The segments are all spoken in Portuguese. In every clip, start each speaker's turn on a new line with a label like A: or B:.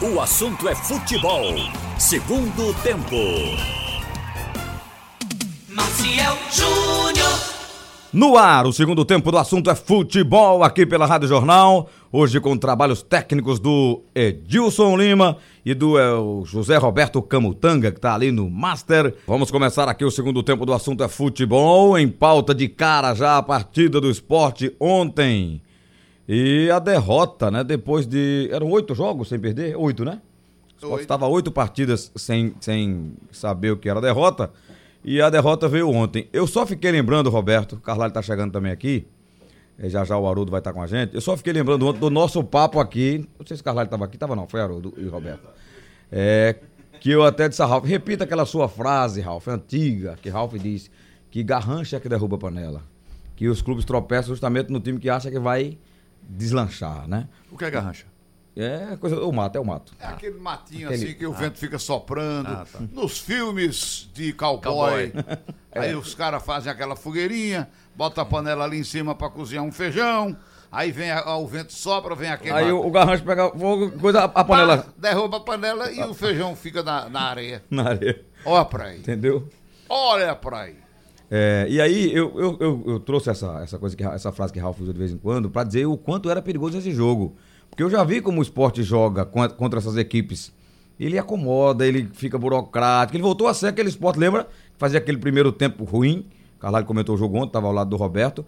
A: O assunto é futebol. Segundo tempo.
B: Maciel Júnior.
C: No ar, o segundo tempo do assunto é futebol aqui pela Rádio Jornal. Hoje com trabalhos técnicos do Edilson Lima e do eh, o José Roberto Camutanga, que tá ali no Master. Vamos começar aqui o segundo tempo do assunto é futebol. Em pauta de cara já a partida do esporte ontem. E a derrota, né? Depois de. Eram oito jogos sem perder? Oito, né? O Sport estava oito partidas sem, sem saber o que era derrota. E a derrota veio ontem. Eu só fiquei lembrando, Roberto, o Carvalho tá chegando também aqui. eh, Já já o Haroldo vai estar com a gente. Eu só fiquei lembrando ontem do nosso papo aqui. Não sei se o Carvalho estava aqui, estava não, foi Haroldo e Roberto. É, que eu até disse a Ralf, repita aquela sua frase, Ralf, antiga, que Ralf disse, que garrancha é que derruba a panela. Que os clubes tropeçam justamente no time que acha que vai deslanchar, né?
D: O que é garrancha?
C: É coisa. O mato, é o mato.
D: É aquele matinho
C: Aquele- Ah. tá.
D: assim que o vento fica soprando. Nos filmes de cowboy.
E: Cowboy.
D: Aí os caras fazem aquela fogueirinha, bota a panela ali em cima pra cozinhar um feijão. Aí vem a- o vento sopra, vem aquele.
C: Aí o, o garrancho pega fogo, coisa, a, a panela
D: derruba a panela e o feijão fica na, na areia.
C: na areia.
D: Olha pra aí.
C: Entendeu?
D: Olha pra aí.
C: É, e aí eu, eu, eu, eu trouxe essa, essa, coisa que, Ra- essa frase que Ralf usa de vez em quando pra dizer o quanto era perigoso esse jogo. Porque eu já vi como o esporte joga con- contra essas equipes. Ele acomoda, ele fica burocrático. Ele voltou a ser aquele esporte, lembra? Fazia aquele primeiro tempo ruim. Carvalho comentou o jogo ontem, estava ao lado do Roberto.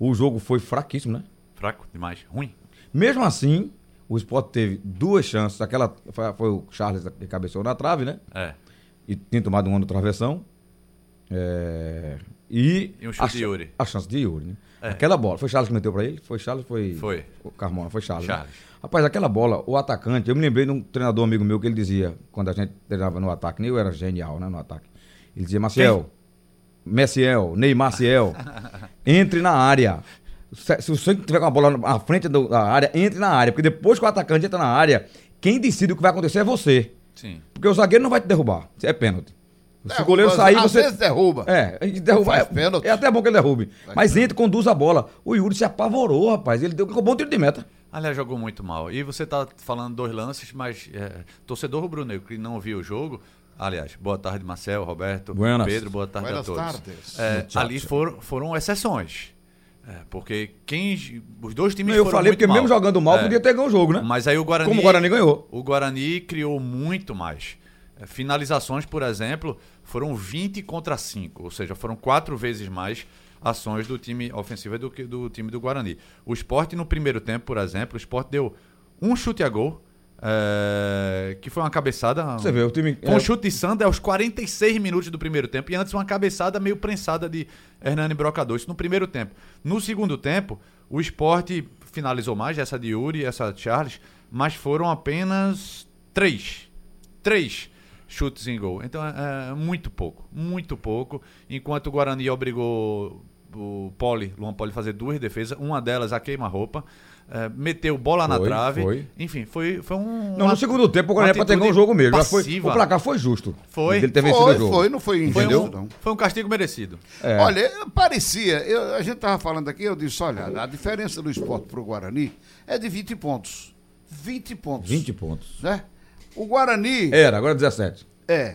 C: O jogo foi fraquíssimo, né?
E: Fraco demais, ruim.
C: Mesmo assim, o Sport teve duas chances. Aquela foi, foi o Charles que cabeceou na trave, né?
E: É.
C: E tinha tomado um ano travessão. É, E,
E: E um chute
C: a,
E: de
C: cha-
E: Yuri.
C: A chance de Yuri, né?
E: É.
C: Aquela bola. Foi Charles que meteu pra ele? Foi Charles, foi.
E: Foi.
C: o Carmona, foi Charles. né?
E: Charles.
C: Rapaz, aquela bola, o atacante, eu me lembrei de um treinador amigo meu que ele dizia, quando a gente treinava no ataque, nem eu era genial, né? No ataque. Ele dizia, Maciel, Messiel, Neymar Ciel, entre na área. Se se você tiver com a bola na frente do- da área, entre na área. Porque depois que o atacante entra na área, quem decide o que vai acontecer é você.
E: Sim.
C: Porque o zagueiro não vai te derrubar. É pênalti. Se o
D: Derruba,
C: goleiro sair,
D: É, às
C: você.
D: vezes derruba.
C: É, e derrubar.
D: Faz
C: É,
D: pênalti.
C: é até bom que ele derrube. Mas entra, conduz a bola. O Yuri se apavorou, rapaz. Ele deu um bom tiro de meta.
E: Aliás, jogou muito mal. E você tá falando dois lances, mas é, torcedor rubro-negro que não viu o jogo. Aliás, boa tarde, Marcel, Roberto,
C: Buenas.
E: Pedro, boa tarde
D: Buenas
E: a todos.
D: tardes.
E: É, ali foram, foram exceções. É, porque quem. Os dois times
C: eu
E: foram
C: falei,
E: muito
C: porque mesmo
E: mal.
C: jogando mal,
E: É.
C: podia ter ganho o jogo, né?
E: Mas aí o Guarani.
C: Como o Guarani ganhou.
E: O Guarani criou muito mais. Eh, Finalizações, por exemplo, foram 20 contra 5, ou seja, foram quatro vezes mais ações do time ofensivo do que do time do Guarani. O esporte, no primeiro tempo, por exemplo, o esporte deu um chute a gol, eh, que foi uma cabeçada.
C: Você vê, o time.
E: Com
C: é,
E: um chute de Sander aos 46 minutos do primeiro tempo. E antes uma cabeçada meio prensada de Hernani Brocador. Isso no primeiro tempo. No segundo tempo, o esporte finalizou mais, essa de Yuri, essa de Charles, mas foram apenas três. Três chutes em gol. Então é, é muito pouco, muito pouco. Enquanto o Guarani obrigou o Poli, Luan Poli, fazer duas defesas, uma delas a queima-roupa, eh, meteu bola na
C: Foi,
E: trave.
C: foi.
E: Enfim, foi, foi um.
C: Não,
E: uma-
C: no segundo tempo o Guarani é pra
E: uma
C: ter ganho o
E: atitude
C: jogo mesmo. Já Foi,
E: tipo passiva.
C: o placar foi justo.
E: Foi.
C: Ele ter vencido o
D: Foi,
C: jogo.
D: foi, não foi
E: Foi
D: injusto,
E: um,
D: não.
E: foi um castigo merecido.
C: É.
D: Olha, parecia, eu- a gente estava falando aqui, eu disse, olha, a diferença do esporte para o Guarani é de 20 pontos. 20 pontos.
C: 20 pontos.
D: Né? O Guarani é.
C: Era, agora 17.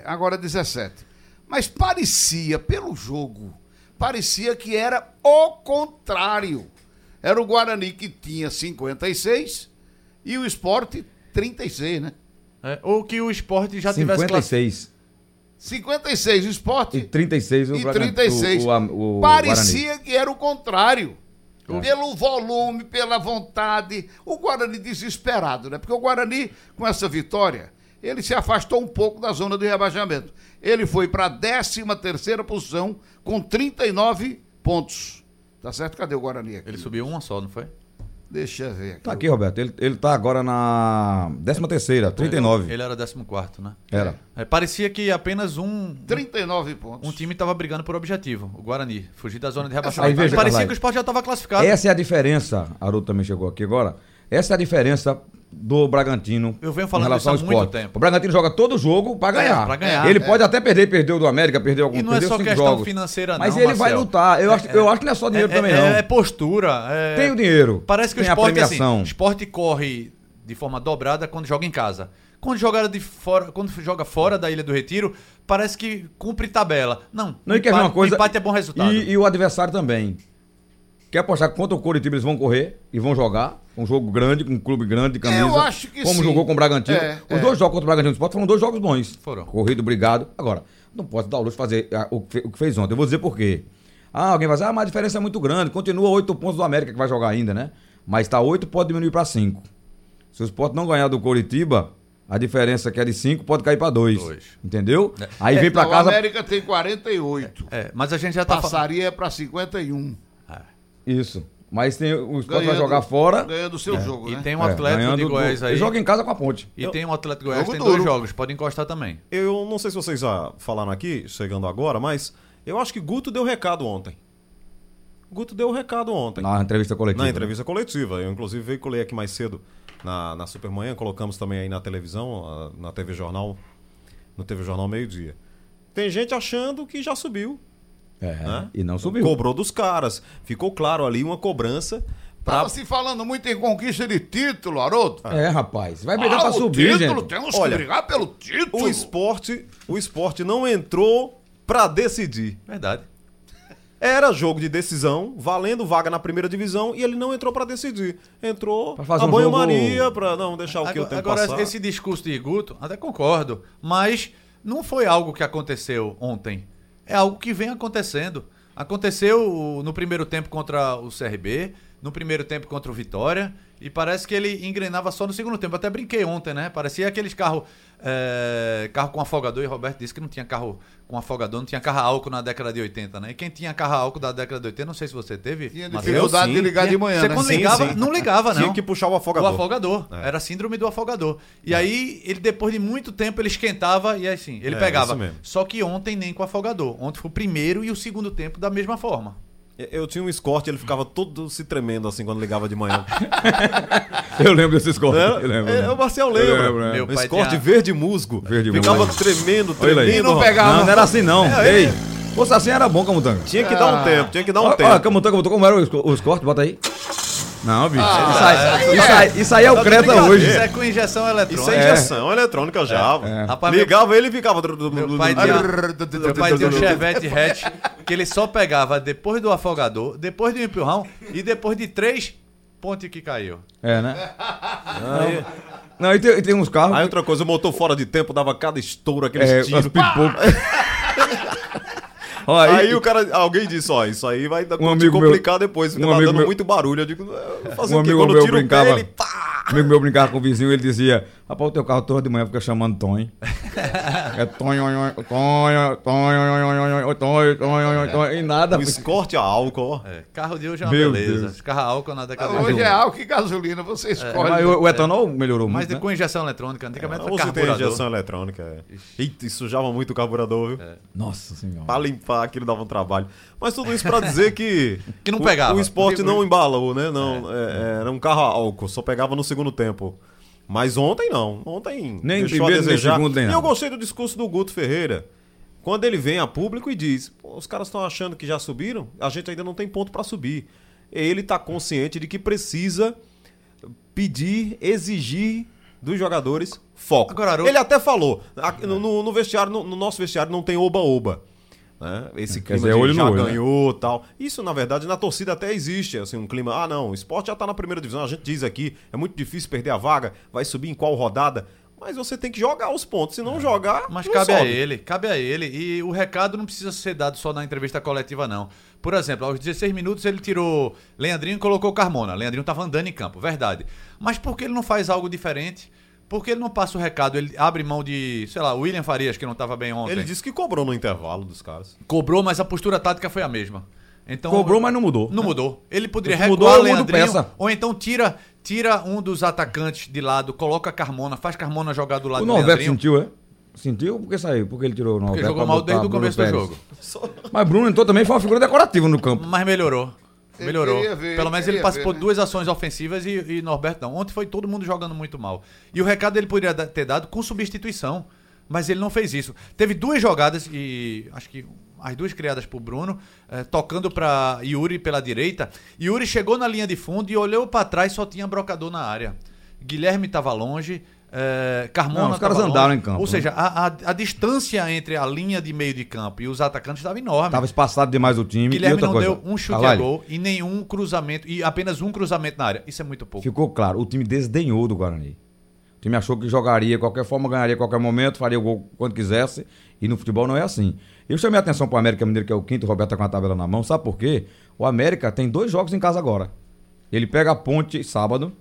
D: agora é 17. Mas parecia, pelo jogo, parecia que era o contrário. Era o Guarani que tinha 56 e o esporte 36, né?
E: É, ou que o esporte já tivesse classificado.
C: 56
D: 56 o esporte
C: e 36 o
D: e
C: Bragantino-
D: 36.
C: um o- o- o Guarani. É.
D: Parecia que era o contrário. Pelo volume, pela vontade. O Guarani desesperado, né? Porque o Guarani, com essa vitória, ele se afastou um pouco da zona de rebaixamento. Ele foi para a 13 terceira posição com 39 pontos. Tá certo? Cadê o Guarani aqui?
E: Ele subiu uma só, não foi?
D: Deixa eu ver aqui.
C: Tá aqui, Roberto. Ele, ele tá agora na 13 terceira, 39.
E: Ele era 14, né?
C: Era.
E: É, parecia que apenas um,
D: 39 pontos.
E: um time estava brigando por objetivo, o Guarani, fugir da zona de
C: Aí
E: rebaixamento.
C: veja,
E: parecia
C: Carvalho.
E: que o esporte já estava classificado.
C: Essa é a diferença, Haroldo também chegou aqui agora. Essa é a diferença do Bragantino.
E: Eu venho
C: em
E: falando
C: relação
E: isso há
C: ao
E: muito
C: esporte.
E: tempo.
C: O Bragantino joga todo jogo pra ganhar.
E: É, pra ganhar.
C: Ele pode até perder, perdeu do América, perdeu algum
E: E não é
C: perdeu
E: só
C: cinco
E: questão
C: jogos.
E: financeira,
C: Mas
E: não,
C: ele vai
E: Marcel.
C: lutar. Eu, acho, eu acho que não é só dinheiro
E: É-
C: também,
E: é,
C: não.
E: É postura. é-
C: Tem o dinheiro.
E: Parece que
C: tem
E: o esporte, é
C: a premiação.
E: assim, esporte corre de forma dobrada quando joga em casa. Quando joga, de fora, quando joga fora da Ilha do Retiro, parece que cumpre tabela. Não,
C: Não, e quer ver
E: empate-
C: uma coisa?
E: empate é bom resultado.
C: E, e o adversário também. Quer apostar contra o Coritiba, eles vão correr e vão jogar. Um jogo grande, com um clube grande, de camisa.
D: Eu acho que
C: Como
D: sim.
C: jogou com o Bragantino.
D: É,
C: Os
D: é.
C: dois jogos contra o Bragantino do Sport foram dois jogos bons.
E: Foram.
C: Corrido, obrigado. Agora, não posso dar o luxo de fazer ah, o que fe- o que fez ontem. Eu vou dizer por quê. Ah, alguém vai dizer, ah, mas a diferença é muito grande. Continua oito pontos do América que vai jogar ainda, né? Mas tá oito, pode diminuir para cinco. Se o Sport não ganhar do Coritiba, a diferença que é de cinco pode cair para dois.
E: Dois.
C: Entendeu? Aí vem para
D: Não,
C: casa.
D: O América tem 48.
E: É, mas a gente já tá falando.
D: Passaria para 51.
C: Isso. Mas tem, o Sport vai
D: Ganhando-
C: jogar fora.
D: Ganhando o seu jogo,
E: E
D: né?
E: tem um
C: É,
E: Atlético
C: ganhando
E: de
C: do-
E: Goiás aí.
C: E joga em casa com a ponte.
E: E tem um Atlético de Goiás,
D: Jogo
E: tem
D: duro.
E: dois jogos, pode encostar também.
F: Eu não sei se vocês já falaram aqui, chegando agora, mas eu acho que Guto deu recado ontem. Guto deu recado ontem.
C: Na entrevista coletiva.
F: Na entrevista coletiva. Eu, inclusive, veiculei aqui mais cedo na, na Supermanhã, colocamos também aí na televisão, ah, na TV Jornal, no TV Jornal Meio Dia. Tem gente achando que já subiu,
C: É,
F: né?
C: e não subiu.
F: Cobrou dos caras. Ficou claro ali uma cobrança pra...
C: assim,
D: Tava se falando muito em conquista de título, Haroldo.
C: É, rapaz. Vai brigar
D: Ah,
C: pra
D: o
C: subir,
D: título,
C: gente.
D: temos
F: Olha,
D: que brigar pelo título.
F: O esporte, o esporte não entrou pra decidir.
E: Verdade.
F: Era jogo de decisão, valendo vaga na primeira divisão, e ele não entrou pra decidir. Entrou
C: Pra fazer
F: a
C: um
F: banho-maria,
C: jogo-
F: pra não deixar o que eu
E: agora,
F: tenho
E: agora,
F: passar.
E: esse discurso de Guto, até concordo, mas não foi algo que aconteceu ontem. É algo que vem acontecendo. Aconteceu no primeiro tempo contra o CRB, no primeiro tempo contra o Vitória, e parece que ele engrenava só no segundo tempo. Até brinquei ontem, né? Parecia aqueles carros é, carro com afogador, e Roberto disse que não tinha carro com afogador, não tinha carro a álcool na década de 80, né? E quem tinha carro a álcool da década de 80, não sei se você teve.
D: Tinha
E: Matheus.
D: dificuldade
F: sim.
D: de ligar de manhã,
E: Você
D: né?
E: quando
F: Sim,
E: ligava,
F: sim.
E: não ligava, não.
F: Tinha que puxar o afogador. É.
E: O afogador. Era a síndrome do afogador. E aí, ele depois de muito tempo, ele esquentava e assim, ele
F: É,
E: pegava.
F: isso mesmo.
E: Só que ontem nem com o afogador. Ontem foi o primeiro e o segundo tempo da mesma forma.
F: Eu tinha um escorte, ele ficava todo se tremendo assim quando ligava de manhã.
C: Eu lembro desses cortes.
F: Era-
C: Eu lembro. né?
F: é, o Marcel lembra.
C: Eu lembro, é.
E: Meu
F: um
E: pai
F: escorte
E: tinha-
F: verde musgo.
C: Verde
F: ficava
C: musgo.
F: tremendo,
C: Olha aí.
F: tremendo.
C: não,
D: pegava.
C: não, não era assim, não.
F: É,
C: Ei, fosse assim era bom, Camutanga.
F: né? Tinha que dar um tempo, tinha que dar um
C: Olha,
F: tempo.
C: olha, Camutanga botou como eram os, co- os cortes, bota aí. Não, bicho. isso, aí, isso, aí, isso aí é o
F: Tá de
C: Creta
F: brincadeira.
C: hoje.
E: Isso é com injeção eletrônica.
F: Isso é injeção eletrônica já.
C: é.
E: Rapaz,
F: Ligava ele e ficava.
E: Meu pai tinha, meu pai tinha um Chevette hatch que ele só pegava depois do afogador, depois do empurrão e depois de três ponte que caiu.
C: É, né? Não, e tem, e tem uns carros.
F: Aí outra coisa, o motor fora de tempo dava cada estouro, aqueles
C: é,
F: tiros.
C: umas pipocas.
E: Ah!
C: Ó, e-
F: Aí o cara, alguém disse, ó, isso aí vai dar-
C: Um amigo
F: te complicar depois, fica
C: um
F: tá
C: amigo
F: dando
C: meu-
F: muito barulho. Eu digo, "É, fazer
C: Um
F: o quê?
C: amigo
F: Quando
C: meu
F: tira o pé,
C: brincava.
F: ele pá!
C: Um amigo meu brincava com o vizinho, ele dizia: Rapaz, o teu carro toda de manhã fica chamando Tonho. É Tonho, Tonho, Tonho, Tonho, Tonho, Tonho, Tonho, Tonho, e nada.
F: O escorte a álcool, ó.
E: É, carro de hoje é uma
C: Meu
E: beleza.
C: Deus.
E: Carro a álcool na década de
D: Hoje
E: 80.
D: é álcool e gasolina, você escolhe.
C: É, Mas o, o etanol melhorou
E: Mas
C: muito.
E: de-
C: Né?
E: com injeção eletrônica, antigamente era
F: Ou se É, tem
E: carburador.
F: injeção eletrônica. É. Eita, isso sujava muito o carburador,
E: É.
F: viu?
C: Nossa senhora.
F: Pra limpar aquilo dava um trabalho. Mas tudo isso pra dizer que.
E: Que não
F: o-
E: pegava.
F: O, esporte não embalou, né? Não, é, é, era um carro a álcool, só pegava no segundo tempo. Mas ontem não. Ontem.
C: Nem
F: deixou
C: primeiro,
F: a
C: nem
F: desejar.
C: segundo, nem
F: E
C: nada.
F: eu gostei do discurso do Guto Ferreira. Quando ele vem a público e diz: "Pô, os caras estão achando que já subiram, a gente ainda não tem ponto pra subir. Ele tá consciente de que precisa pedir, exigir dos jogadores foco.
E: Agora, Haroldo-
F: Ele até falou, a-
C: É.
F: no, no- no vestiário, no, no nosso vestiário não tem oba-oba. Né? Esse
C: É, Quer
F: clima
C: dizer,
F: de
C: olho no
F: já
C: olho, né?
F: ganhou tal. Isso, na verdade, na torcida até existe, assim, um clima. Ah, não, o esporte já tá na primeira divisão, a gente diz aqui, é muito difícil perder a vaga, vai subir em qual rodada. Mas você tem que jogar os pontos, se
C: É,
F: não jogar,
E: Mas
F: não
E: cabe a
F: sobe.
E: ele, cabe a ele. E o recado não precisa ser dado só na entrevista coletiva, não. Por exemplo, aos 16 minutos ele tirou Leandrinho e colocou Carmona. Leandrinho tava andando em campo, verdade. Mas por que ele não faz algo diferente? Por que ele não passa o recado? Ele abre mão de, sei lá, William Farias, que não tava bem ontem.
F: Ele disse que cobrou no intervalo dos caras.
E: Cobrou, mas a postura tática foi a mesma. Então,
C: Cobrou, mas não mudou.
E: Não mudou. Ele poderia recuar
C: Mudou,
E: mudou,
C: eu mudo
E: Leandrinho,
C: peça.
E: ou então tira, tira um dos atacantes de lado, coloca Carmona, faz Carmona jogar do lado
C: O
E: do
C: Norberto
E: Leandrinho.
C: sentiu, é? Sentiu? Por que saiu? Por que ele tirou o Norberto?
E: Porque jogou
C: pra
E: mal
C: botar
E: desde o
C: Bruno
E: começo do
C: Pérez?
E: jogo.
C: Mas Bruno entrou também, foi uma figura decorativa no campo.
E: Mas melhorou.
D: Eu
E: Melhorou.
D: queria ver,
E: Pelo menos
D: eu
E: ele
D: queria
E: passou
D: ver,
E: por
D: né?
E: duas ações ofensivas e, e Norberto não. Ontem foi todo mundo jogando muito mal. E o recado ele poderia da- ter dado com substituição, mas ele não fez isso. Teve duas jogadas e acho que as duas criadas por Bruno, eh, tocando para Yuri pela direita. Yuri chegou na linha de fundo e olhou para trás, só tinha brocador na área. Guilherme estava longe, eh, Carmona.
C: Não, os caras
E: tava longe.
C: andaram em campo,
E: Ou
C: né?
E: seja, a, a- a distância entre a linha de meio de campo e os atacantes estava enorme.
C: Tava espaçado demais o time. e
E: Guilherme
C: outra
E: não
C: coisa,
E: deu um chute
C: Carvalho,
E: a gol e nenhum cruzamento, e apenas um cruzamento na área. Isso é muito pouco.
C: Ficou claro, o time desdenhou do Guarani. O time achou que jogaria de qualquer forma, ganharia a qualquer momento, faria o gol quando quisesse. E no futebol não é assim. Eu chamei a atenção pro América Mineiro, que é o quinto, o Roberto tá com a tabela na mão. Sabe por quê? O América tem dois jogos em casa agora. Ele pega a ponte sábado,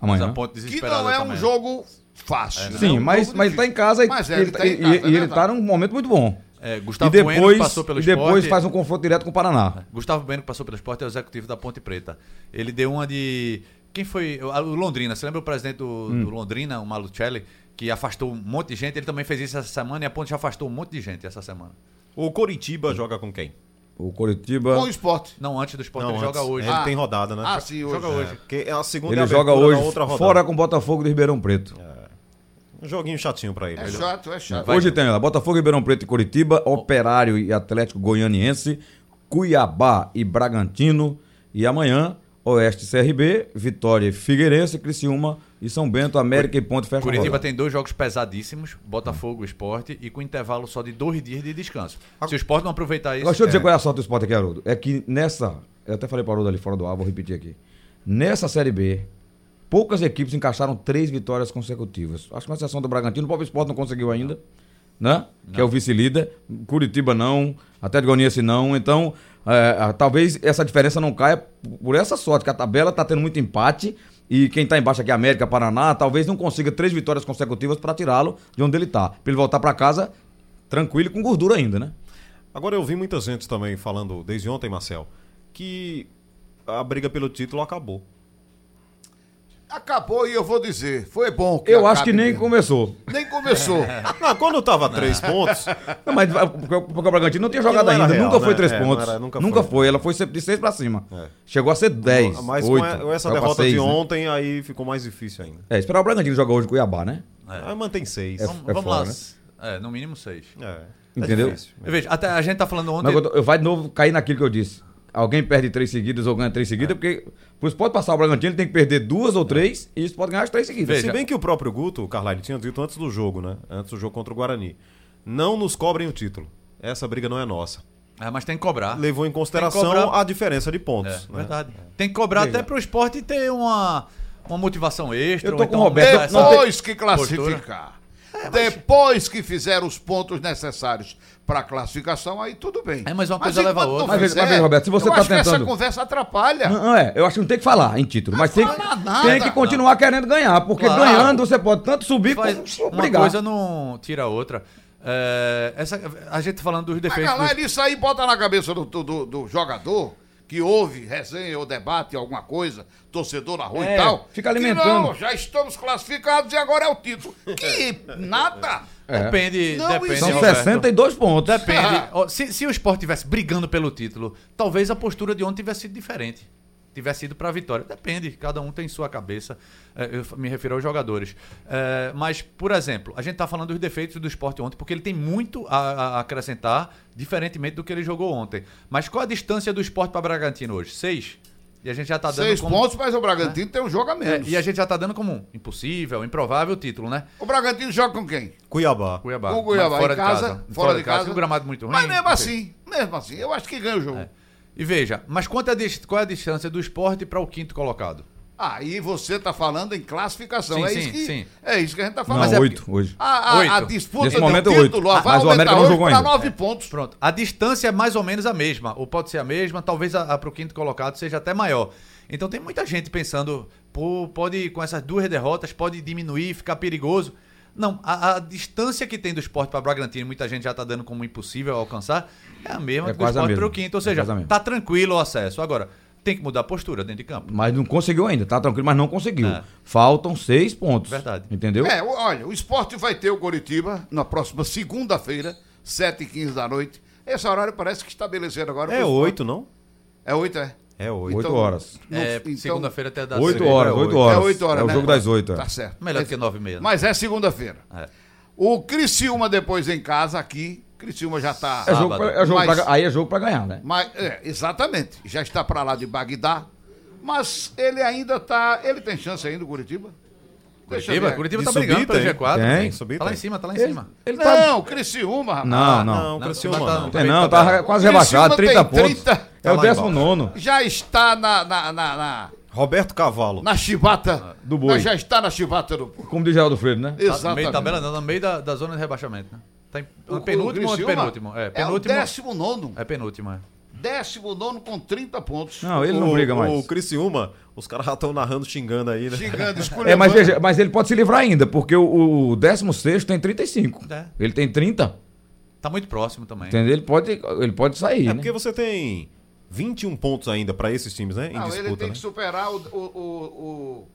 E: Mas
C: amanhã.
E: a ponte
D: Que
E: desesperada
D: não é um
E: também.
D: jogo fácil. né? É
C: Sim,
D: um
C: mas,
D: jogo
C: mas ele tá em casa e
D: Mas é,
C: ele,
D: ele
C: tá,
D: tá em
C: e-
D: casa,
C: e
D: é
C: ele
D: verdade.
C: tá num momento muito bom.
E: É,
C: E
E: Gustavo Bueno que
C: depois,
E: passou pelo
C: e depois
E: esporte.
C: faz um confronto direto com o Paraná.
E: Gustavo Bueno que passou pelo esporte é o executivo da Ponte Preta. Ele deu uma de. Quem foi? O o Londrina. Você lembra o presidente do,
C: Hum.
E: do Londrina, o Malucelli, que afastou um monte de gente? Ele também fez isso essa semana e a Ponte já afastou um monte de gente essa semana.
F: O Coritiba joga com quem?
C: O
D: Com o
C: Curitiba.
D: esporte.
E: Não, antes do esporte, ele
F: antes.
E: joga hoje.
F: Ele
D: Ah.
F: tem rodada, né?
D: Ah, sim, hoje.
E: Joga hoje.
F: Porque é a segunda
C: Ele
F: abertura
C: joga
F: da
C: hoje
F: outra rodada.
C: fora com o Botafogo de Ribeirão Preto.
F: Um joguinho chatinho pra ele.
D: É
F: Ele-
D: chato, é chato.
C: Hoje tem ó, Botafogo, Ribeirão Preto e Curitiba, Operário e Atlético Goianiense, Cuiabá e Bragantino. E amanhã, Oeste e CRB, Vitória e Figueirense, Criciúma e São Bento, América e Ponte Ferro.
E: Curitiba tem dois jogos pesadíssimos, Botafogo e Esporte, e com intervalo só de dois dias de descanso. Se o esporte não aproveitar isso.
C: Deixa eu dizer
E: é.
C: qual é a sorte do esporte aqui, Haroldo. É que nessa. Eu até falei para o Haroldo ali fora do ar, vou repetir aqui. Nessa Série B, poucas equipes encaixaram três vitórias consecutivas. Acho que na exceção do Bragantino, o próprio esporte não conseguiu ainda, né? Que é o vice-líder. Curitiba não, até de Goianiense não. Então, é, ah, talvez essa diferença não caia por essa sorte, que a tabela está tendo muito empate. E quem está embaixo aqui, América, Paraná, talvez não consiga três vitórias consecutivas para tirá-lo de onde ele está. Para ele voltar para casa tranquilo e com gordura ainda, né?
F: Agora eu vi muita gente também falando, desde ontem, Marcel, que a briga pelo título acabou.
D: Acabou e eu vou dizer. Foi bom.
C: Eu acho
D: acabe
C: que nem
D: mesmo.
C: começou.
D: Nem começou.
F: Ah, quando tava três pontos,
C: Não, mas vai- porque, o- porque o Bragantino não tinha
F: Porque
C: jogado
F: não era
C: ainda.
F: real,
C: nunca foi
F: né?
C: três
F: É, não
C: pontos.
F: era-
C: nunca
F: nunca
C: foi.
F: foi.
C: Ela foi sempre de seis pra cima.
F: É.
C: Chegou a ser dez.
F: mas
C: oito,
F: com essa
C: caiu pra
F: derrota de
C: seis, né?
F: ontem, aí ficou mais difícil ainda.
C: É, esperar o Bragantino jogar hoje com o Cuiabá, né?
F: Aí mantém seis.
C: É
F: É,
E: Vamos,
C: é
E: vamos
C: fora,
E: lá.
C: né?
E: É, no mínimo seis.
C: Entendeu?
F: difícil.
E: Veja, até a gente tá falando ontem.
C: Mas eu tô- eu vai de novo cair naquilo que eu disse. Alguém perde três seguidas ou ganha três seguidas, porque pro Sport passar o Bragantino, ele tem que perder duas ou três e isso pode ganhar as três seguidas.
E: Veja.
F: Se bem que o próprio Guto, o Carlyle, tinha dito antes do jogo, né? Antes do jogo contra o Guarani. Não nos cobrem o título. Essa briga não é nossa.
E: É, mas tem que cobrar.
F: Levou em consideração
E: Tem que cobrar.
F: a diferença de pontos.
E: É,
F: né?
E: verdade. Tem que cobrar até pro esporte ter uma, uma motivação extra.
C: Eu tô
E: ou então é,
C: com o Roberto,
E: essa-
D: É Depois que
E: postura.
D: classificar.
E: É,
D: Depois que fizer os pontos necessários para classificação, aí tudo bem.
E: É, mas uma coisa leva a
D: enquanto
E: outra.
D: não
C: Mas veja- mas
D: fizer,
C: veja, Roberto, se você
D: eu
C: tá
D: acho que essa
C: tentando-
D: conversa atrapalha.
C: Não, não é, eu acho que não tem que falar em título, mas tem,
D: fala nada.
C: tem que continuar querendo ganhar, porque
E: Claro.
C: ganhando você pode tanto subir quanto
E: Faz- uma
C: brigar.
E: coisa não tira a outra. É, essa, a gente falando dos
D: Mas,
E: defeitos. dos-
D: Galera, isso aí bota na cabeça do, do- do- do jogador que ouve resenha ou debate, alguma coisa, torcedor na rua
C: É,
D: e tal.
C: fica
D: que
C: alimentando.
D: não, já estamos classificados e agora é o título. Que nada.
C: É.
E: Depende,
D: Não,
E: depende.
D: isso-
C: São
E: Roberto.
C: 62 pontos.
E: Depende. Ó, se, se o esporte tivesse brigando pelo título, talvez a postura de ontem tivesse sido diferente. Tivesse ido para a vitória. Depende, cada um tem sua cabeça. É, Eu f- me refiro aos jogadores. É, Mas, por exemplo, a gente está falando dos defeitos do esporte ontem, porque ele tem muito a a acrescentar, diferentemente do que ele jogou ontem. Mas qual a distância do esporte para Bragantino hoje? Seis? E a gente já está tá dando
D: Seis
E: como...
D: pontos, mas o Bragantino tem um jogo a
E: É,
D: menos.
E: e a gente já tá dando como um impossível, improvável título, né?
D: O Bragantino joga com quem?
F: Cuiabá. É
E: Cuiabá.
D: Com o Cuiabá
E: Mas
D: em casa,
E: Fora, de casa. Um gramado muito ruim. É.
D: Mas mesmo
E: enfim.
D: assim, mesmo assim, eu acho que ganha o jogo.
E: E veja, mas quanto é a dis- qual é a distância do esporte para o quinto colocado?
D: Aí você tá falando em classificação.
E: Sim,
D: é,
E: sim,
D: isso que,
E: sim.
D: é isso que a gente tá
C: Não,
D: falando. Mas é
C: oito
D: porque
C: hoje.
D: A, a- a
E: Oito. é
D: disputa
C: Nesse
D: do
C: momento,
D: título
C: oito.
D: ó, vai
C: Mas o
D: aumentar
C: América não
D: hoje
C: jogou
D: pra
C: ainda.
D: nove pontos.
E: Pronto, a distância é mais ou menos a mesma, ou pode ser a mesma, talvez a, para o quinto colocado seja até maior. Então tem muita gente pensando, pô, pode com essas duas derrotas pode diminuir, ficar perigoso. Não, a, a distância que tem do esporte para Bragantino, muita gente já tá dando como impossível alcançar, é a mesma
C: É
E: que do
C: quase a
E: esporte
C: mesma.
E: para o quinto, ou
C: É
E: seja,
C: quase a mesma.
E: tá tranquilo o acesso. Agora, tem que mudar a postura dentro de campo.
C: Mas não conseguiu ainda, tá tranquilo, mas não conseguiu.
E: É.
C: Faltam seis pontos.
E: Verdade.
C: Entendeu?
D: É, o- olha, o esporte vai ter o Coritiba na próxima segunda-feira, 7h15 da noite. Esse horário parece que estabeleceram agora.
F: É
D: pro
F: oito, não?
D: esporte. É oito, é?
F: É oito.
C: Oito horas.
D: no-
E: É,
D: então,
E: segunda-feira até das
C: Oito
E: seis.
C: horas,
F: é
C: oito
F: oito.
C: horas.
D: É oito horas,
C: É o
D: né?
C: jogo das oito. é.
D: Tá certo.
E: Melhor do que nove e meia. né?
D: Mas é segunda-feira. O Criciúma depois em casa aqui. Criciúma já tá.
C: É jogo
E: Sábado.
C: pra- é jogo
D: Mas-
C: pra- aí é jogo pra ganhar, né?
D: Mas, é, exatamente. Já está para lá de Bagdá. Mas ele ainda tá. Ele tem chance ainda, o Curitiba? Deixa eu
E: Curitiba,
D: ver.
E: Curitiba
F: De
E: tá
F: subir,
E: brigando pelo
F: tem.
E: G4.
C: Tem.
E: Tem,
F: Subir,
E: tá lá em
F: tem.
E: cima, tá lá em cima.
C: Ele tá.
D: Não, Criciúma, rapaz.
C: Não,
F: Não,
C: não.
F: Criciúma
E: tá-
F: não.
E: tá-
C: Tem não, tá
E: Também tá bom.
C: quase
D: Criciúma
C: rebaixado,
D: tem
C: 30 pontos.
D: 30.
C: É o
E: Tá lá embaixo.
C: 19.
D: Já está na, na, na, na,
F: Roberto Cavalo.
D: na chibata
C: Do boi.
D: Já está na chibata do boi.
C: Como diz Geraldo Freire, né?
E: Tá no meio
D: Exatamente.
E: da tabela, não, no meio da, da zona de rebaixamento, né? Tá em
D: O- o
E: penúltimo ou
D: Criciúma
E: penúltimo? É,
D: É o
E: penúltimo.
D: décimo nono.
E: É penúltimo, é.
D: Décimo nono com 30 pontos.
C: Não, ele não briga mais.
F: O Criciúma, os caras já estão narrando, xingando aí, né?
D: Gigante, escolheu.
C: É, mas veja, mas ele pode se livrar ainda, porque o, o 16 tem 35.
E: É.
C: Ele tem 30,
E: Tá muito próximo também.
C: entendeu? Ele pode, ele pode sair,
F: É
C: né?
F: porque você tem 21 pontos ainda pra esses times, né? Em
D: Não, ele
F: disputa,
D: tem
F: né?
D: que superar o, o, o, o-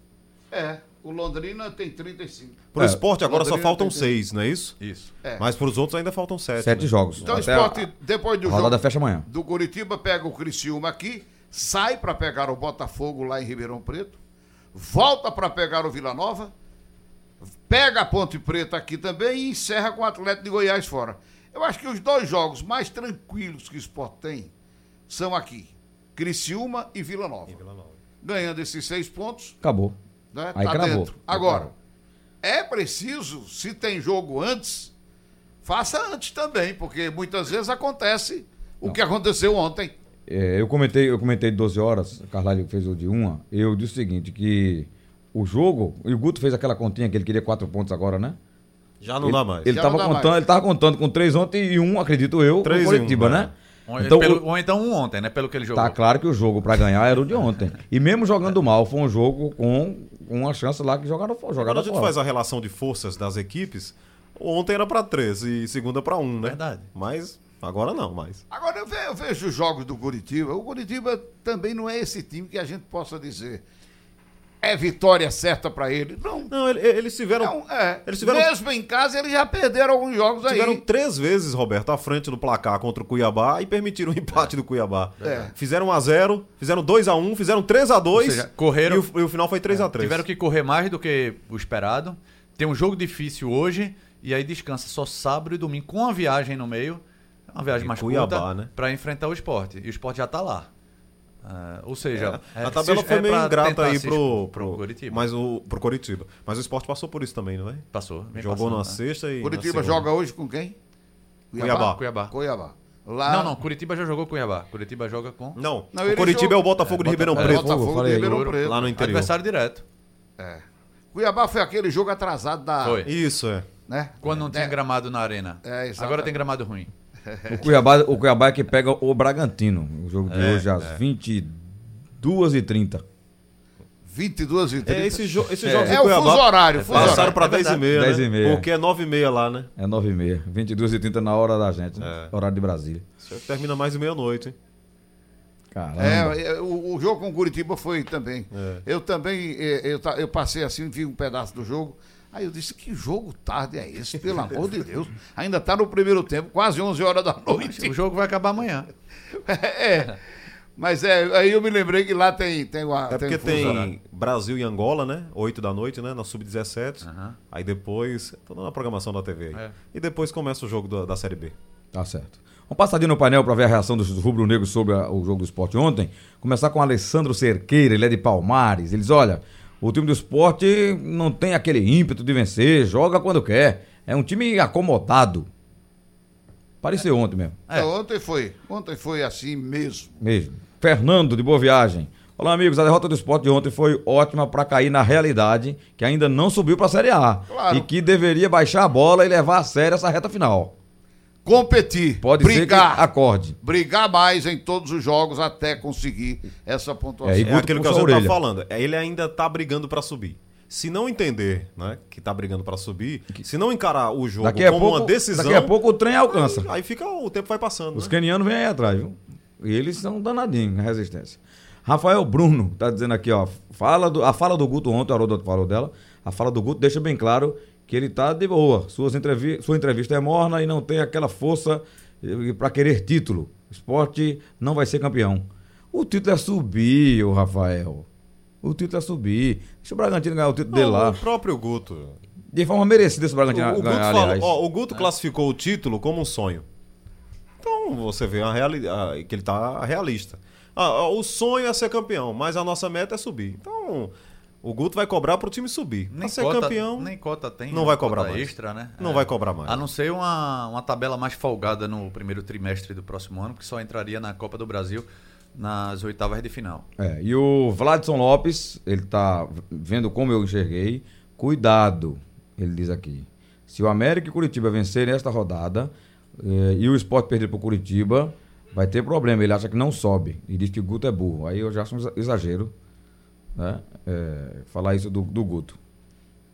D: É, o Londrina tem 35.
F: Pro
C: É,
F: esporte agora só
D: Rodrigo
F: faltam
D: tem que-
F: 6, não é isso?
E: Isso.
D: É.
F: Mas pros outros ainda faltam né? 7.
C: Sete jogos.
D: Então o
C: Até
D: esporte,
C: a-
D: depois do
C: a rodada
D: jogo
C: fecha amanhã.
D: do Curitiba, pega o Criciúma aqui, sai para pegar o Botafogo lá em Ribeirão Preto, volta para pegar o Vila Nova, pega a Ponte Preta aqui também e encerra com o Atlético de Goiás fora. Eu acho que os dois jogos mais tranquilos que o esporte tem são aqui, Criciúma e Vila Nova. Ganhando esses seis pontos,
C: Acabou.
D: né?
C: Aí
D: tá
C: cravou.
D: dentro. Agora, é preciso, se tem jogo antes, faça antes também, porque muitas vezes acontece o que aconteceu ontem.
C: É, eu comentei, eu comentei de 12 horas, Carlalho fez o de uma. Eu disse o seguinte, que o jogo, e o Guto fez aquela continha que ele queria quatro pontos agora, né?
F: Já não
C: ele,
F: dá mais.
C: Ele
D: Já
C: tava
D: não dá
C: contando,
D: mais.
C: ele tava contando com três ontem e um, acredito eu,
F: Três e
C: com
F: um,
C: o Curitiba,
F: né?
C: né?
E: Ou
C: Então,
E: pelo-
C: o-
E: ou então um ontem, né? Pelo que ele jogou.
C: Tá claro que o jogo pra ganhar era o de ontem. E mesmo jogando mal, foi um jogo com uma chance lá que jogaram fora.
F: Agora
C: Jogaram
F: a gente
C: fora.
F: faz a relação de forças das equipes. Ontem era pra 3 e segunda pra 1, né?
E: Verdade.
F: Mas agora não, mais.
D: Agora eu ve- eu vejo, os jogos do Curitiba. O Curitiba também não é esse time que a gente possa dizer é vitória certa para ele. Não.
F: Não, ele- eles tiveram,
E: um-
D: Não, é.
F: eles tiveram,
D: Mesmo em casa, eles já perderam alguns jogos
F: tiveram
D: aí.
F: três vezes, Roberto, à frente do placar contra o Cuiabá e permitiram o empate do Cuiabá.
D: É.
F: Fizeram 1x0, fizeram 2x1, fizeram 3x2.
E: Ou seja, correram- É.
F: E o, e o final foi 3x3.
E: Tiveram que correr mais do que o esperado. Tem um jogo difícil hoje e aí descansa só sábado e domingo com uma viagem no meio. É Uma viagem
F: Em
E: mais
F: Cuiabá,
E: curta
F: né?
E: pra enfrentar o esporte. E o esporte já tá lá. Ah, ou seja, é,
F: a tabela
E: se-
F: foi
E: é
F: meio
E: pra
F: ingrata
E: tentar
F: aí
E: se-
F: pro,
E: pro Curitiba.
F: Mas o, pro Curitiba. Mas o esporte passou por isso também, não é?
E: Passou. vem
F: Jogou
E: passando,
F: na
E: né?
F: sexta e.
D: O
F: na
D: Curitiba
F: segunda.
D: joga hoje com quem?
F: Cuiabá.
E: Cuiabá.
D: Cuiabá. Lá...
E: Não, não. Curitiba já jogou com Cuiabá. Curitiba joga com
F: Não,
D: Não,
F: o
D: ele
F: Curitiba
D: joga-
F: é o Botafogo é de Ribeirão
D: É,
F: Preto.
C: eu
D: Botafogo e
C: falei,
D: Ribeirão
E: Ouro.
D: Preto.
F: Lá no interior.
E: adversário direto.
D: É. Cuiabá foi aquele jogo atrasado da.
E: Foi.
F: Isso, é.
D: Né?
E: Quando não tinha
D: É,
E: gramado na arena.
D: É, exatamente.
E: Agora tem gramado ruim.
C: O Cuiabá, o Cuiabá é que pega o Bragantino. O jogo
F: É,
C: de hoje às 22h30.
D: 22 É, e 30.
F: É, esse jo esses
C: É.
F: jogos
D: É,
F: do
D: o
F: Cuiabá
D: fuso horário. Fuso
F: passaram
D: horário.
F: pra
E: É
F: 10 e meia,
C: 10
F: né?
C: e meia.
F: Porque é 9 e meia lá, né?
C: É 9h30. 22h30 na hora da gente, né?
F: É.
C: Horário de Brasília.
F: Isso Termina mais de meia-noite, hein?
C: Caramba.
D: É, é, o, o jogo com o Curitiba foi também. Eu também, é, eu, ta- eu passei assim, vi um pedaço do jogo. Aí eu disse, que jogo tarde é esse? Pelo amor de Deus. Ainda tá no primeiro tempo, quase 11 horas da noite.
E: O jogo vai acabar amanhã.
D: é. Mas é, aí eu me lembrei que lá tem, tem, uma,
F: É porque
D: um fuso horário.
F: tem Brasil e Angola, né? 8 da noite, né? Na Sub-17. Aí depois. Tô dando a programação da TV aí.
E: É.
F: E depois começa o jogo do- da Série B.
C: Tá certo. Vamos passadinho no painel para ver a reação dos rubro-negros sobre a- o jogo do esporte ontem. Começar com o Alessandro Cerqueira, ele é de Palmares. Ele diz, olha, o time do esporte não tem aquele ímpeto de vencer, joga quando quer. É um time acomodado. Pareceu ontem mesmo.
E: É.
D: Ontem foi. Ontem foi assim mesmo.
C: Mesmo. Fernando, de Boa Viagem. Olá, amigos. A derrota do esporte de ontem foi ótima para cair na realidade que ainda não subiu para a Série A.
D: Claro.
C: E que deveria baixar a bola e levar a sério essa reta final.
D: Competir,
C: Pode
D: brigar.
C: ser que acorde.
D: brigar mais em todos os jogos até conseguir essa pontuação.
C: É, E
F: É
C: Guto
F: aquilo que
C: puxa
F: a
C: a
F: gente tá
C: orelha.
F: falando. É, Ele ainda tá brigando pra subir. Se não entender, né, que tá brigando pra subir, se não encarar o jogo
C: Daqui a,
F: como
C: pouco,
F: uma decisão,
C: daqui a pouco o trem alcança.
F: aí fica o tempo vai passando.
C: Os
F: né?
C: canianos vêm aí atrás, viu? E eles são danadinhos na resistência. Rafael Bruno tá dizendo aqui, ó. Fala do, a fala do Guto ontem, o Haroldo falou dela. A fala do Guto deixa bem claro que ele tá de boa. Suas entrevi sua entrevista é morna e não tem aquela força para querer título. O esporte não vai ser campeão. O título é subir, ô Rafael. O título é subir. Deixa o Bragantino ganhar o título dele
F: Não,
C: lá.
F: O próprio Guto.
C: De forma merecida esse
F: O,
C: Bragantino
F: o Guto,
C: ganhar,
F: falou,
C: aliás.
F: ó, o Guto classificou o título como um sonho. Então você vê a reali a- que ele tá realista. Ah, ah, o sonho é ser campeão, mas a nossa meta é subir. Então O Guto vai cobrar pro time subir. Pra ser
E: cota,
F: campeão.
E: nem cota tem.
F: não
E: né?
F: vai cobrar
E: Cota
F: mais.
E: extra, né?
F: Não vai cobrar mais.
E: A não ser uma, uma tabela mais folgada no primeiro trimestre do próximo ano, que só entraria na Copa do Brasil nas oitavas de final.
C: É, e o Vladson Lopes, ele tá vendo como eu enxerguei. Cuidado, ele diz aqui. Se o América e Curitiba vencerem esta rodada eh, e o esporte perder para Curitiba, vai ter problema. Ele acha que não sobe e diz que o Guto é burro. Aí eu já acho um exa- exagero né? Eh, falar isso do, do Guto,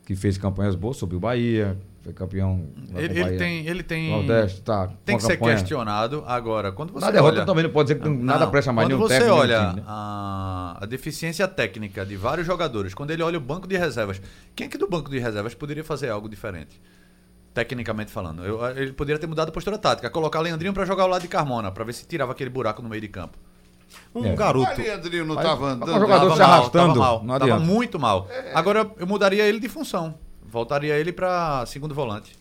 C: que fez campanhas boas, subiu Bahia, foi campeão. lá com
E: Ele,
C: Bahia.
E: ele tem. Ele tem
C: Nordeste, tá. com
E: tem
C: a
E: que ser
C: campanha.
E: questionado. Agora, quando você
C: Na derrota
E: olha-
C: também não pode dizer que nada
E: Não,
C: presta mais
E: Quando
C: nenhum
E: você
C: técnico,
E: olha
C: nenhum time, né?
E: a, a deficiência técnica de vários jogadores, quando ele olha o banco de reservas, quem é que do banco de reservas poderia fazer algo diferente? Tecnicamente falando, Eu- ele poderia ter mudado a postura tática, colocar Leandrinho pra jogar ao lado de Carmona, pra ver se tirava aquele buraco no meio de campo.
F: Um
C: É.
F: garoto.
D: Mas Leandrinho não tá
C: Mas-
D: estava
C: mas
D: andando.
C: o jogador
E: Tava
C: se
E: mal,
C: arrastando,
E: Tava, mal,
C: não
E: tava
C: adianta.
E: muito mal. Agora eu mudaria ele de função. Voltaria ele pra segundo volante.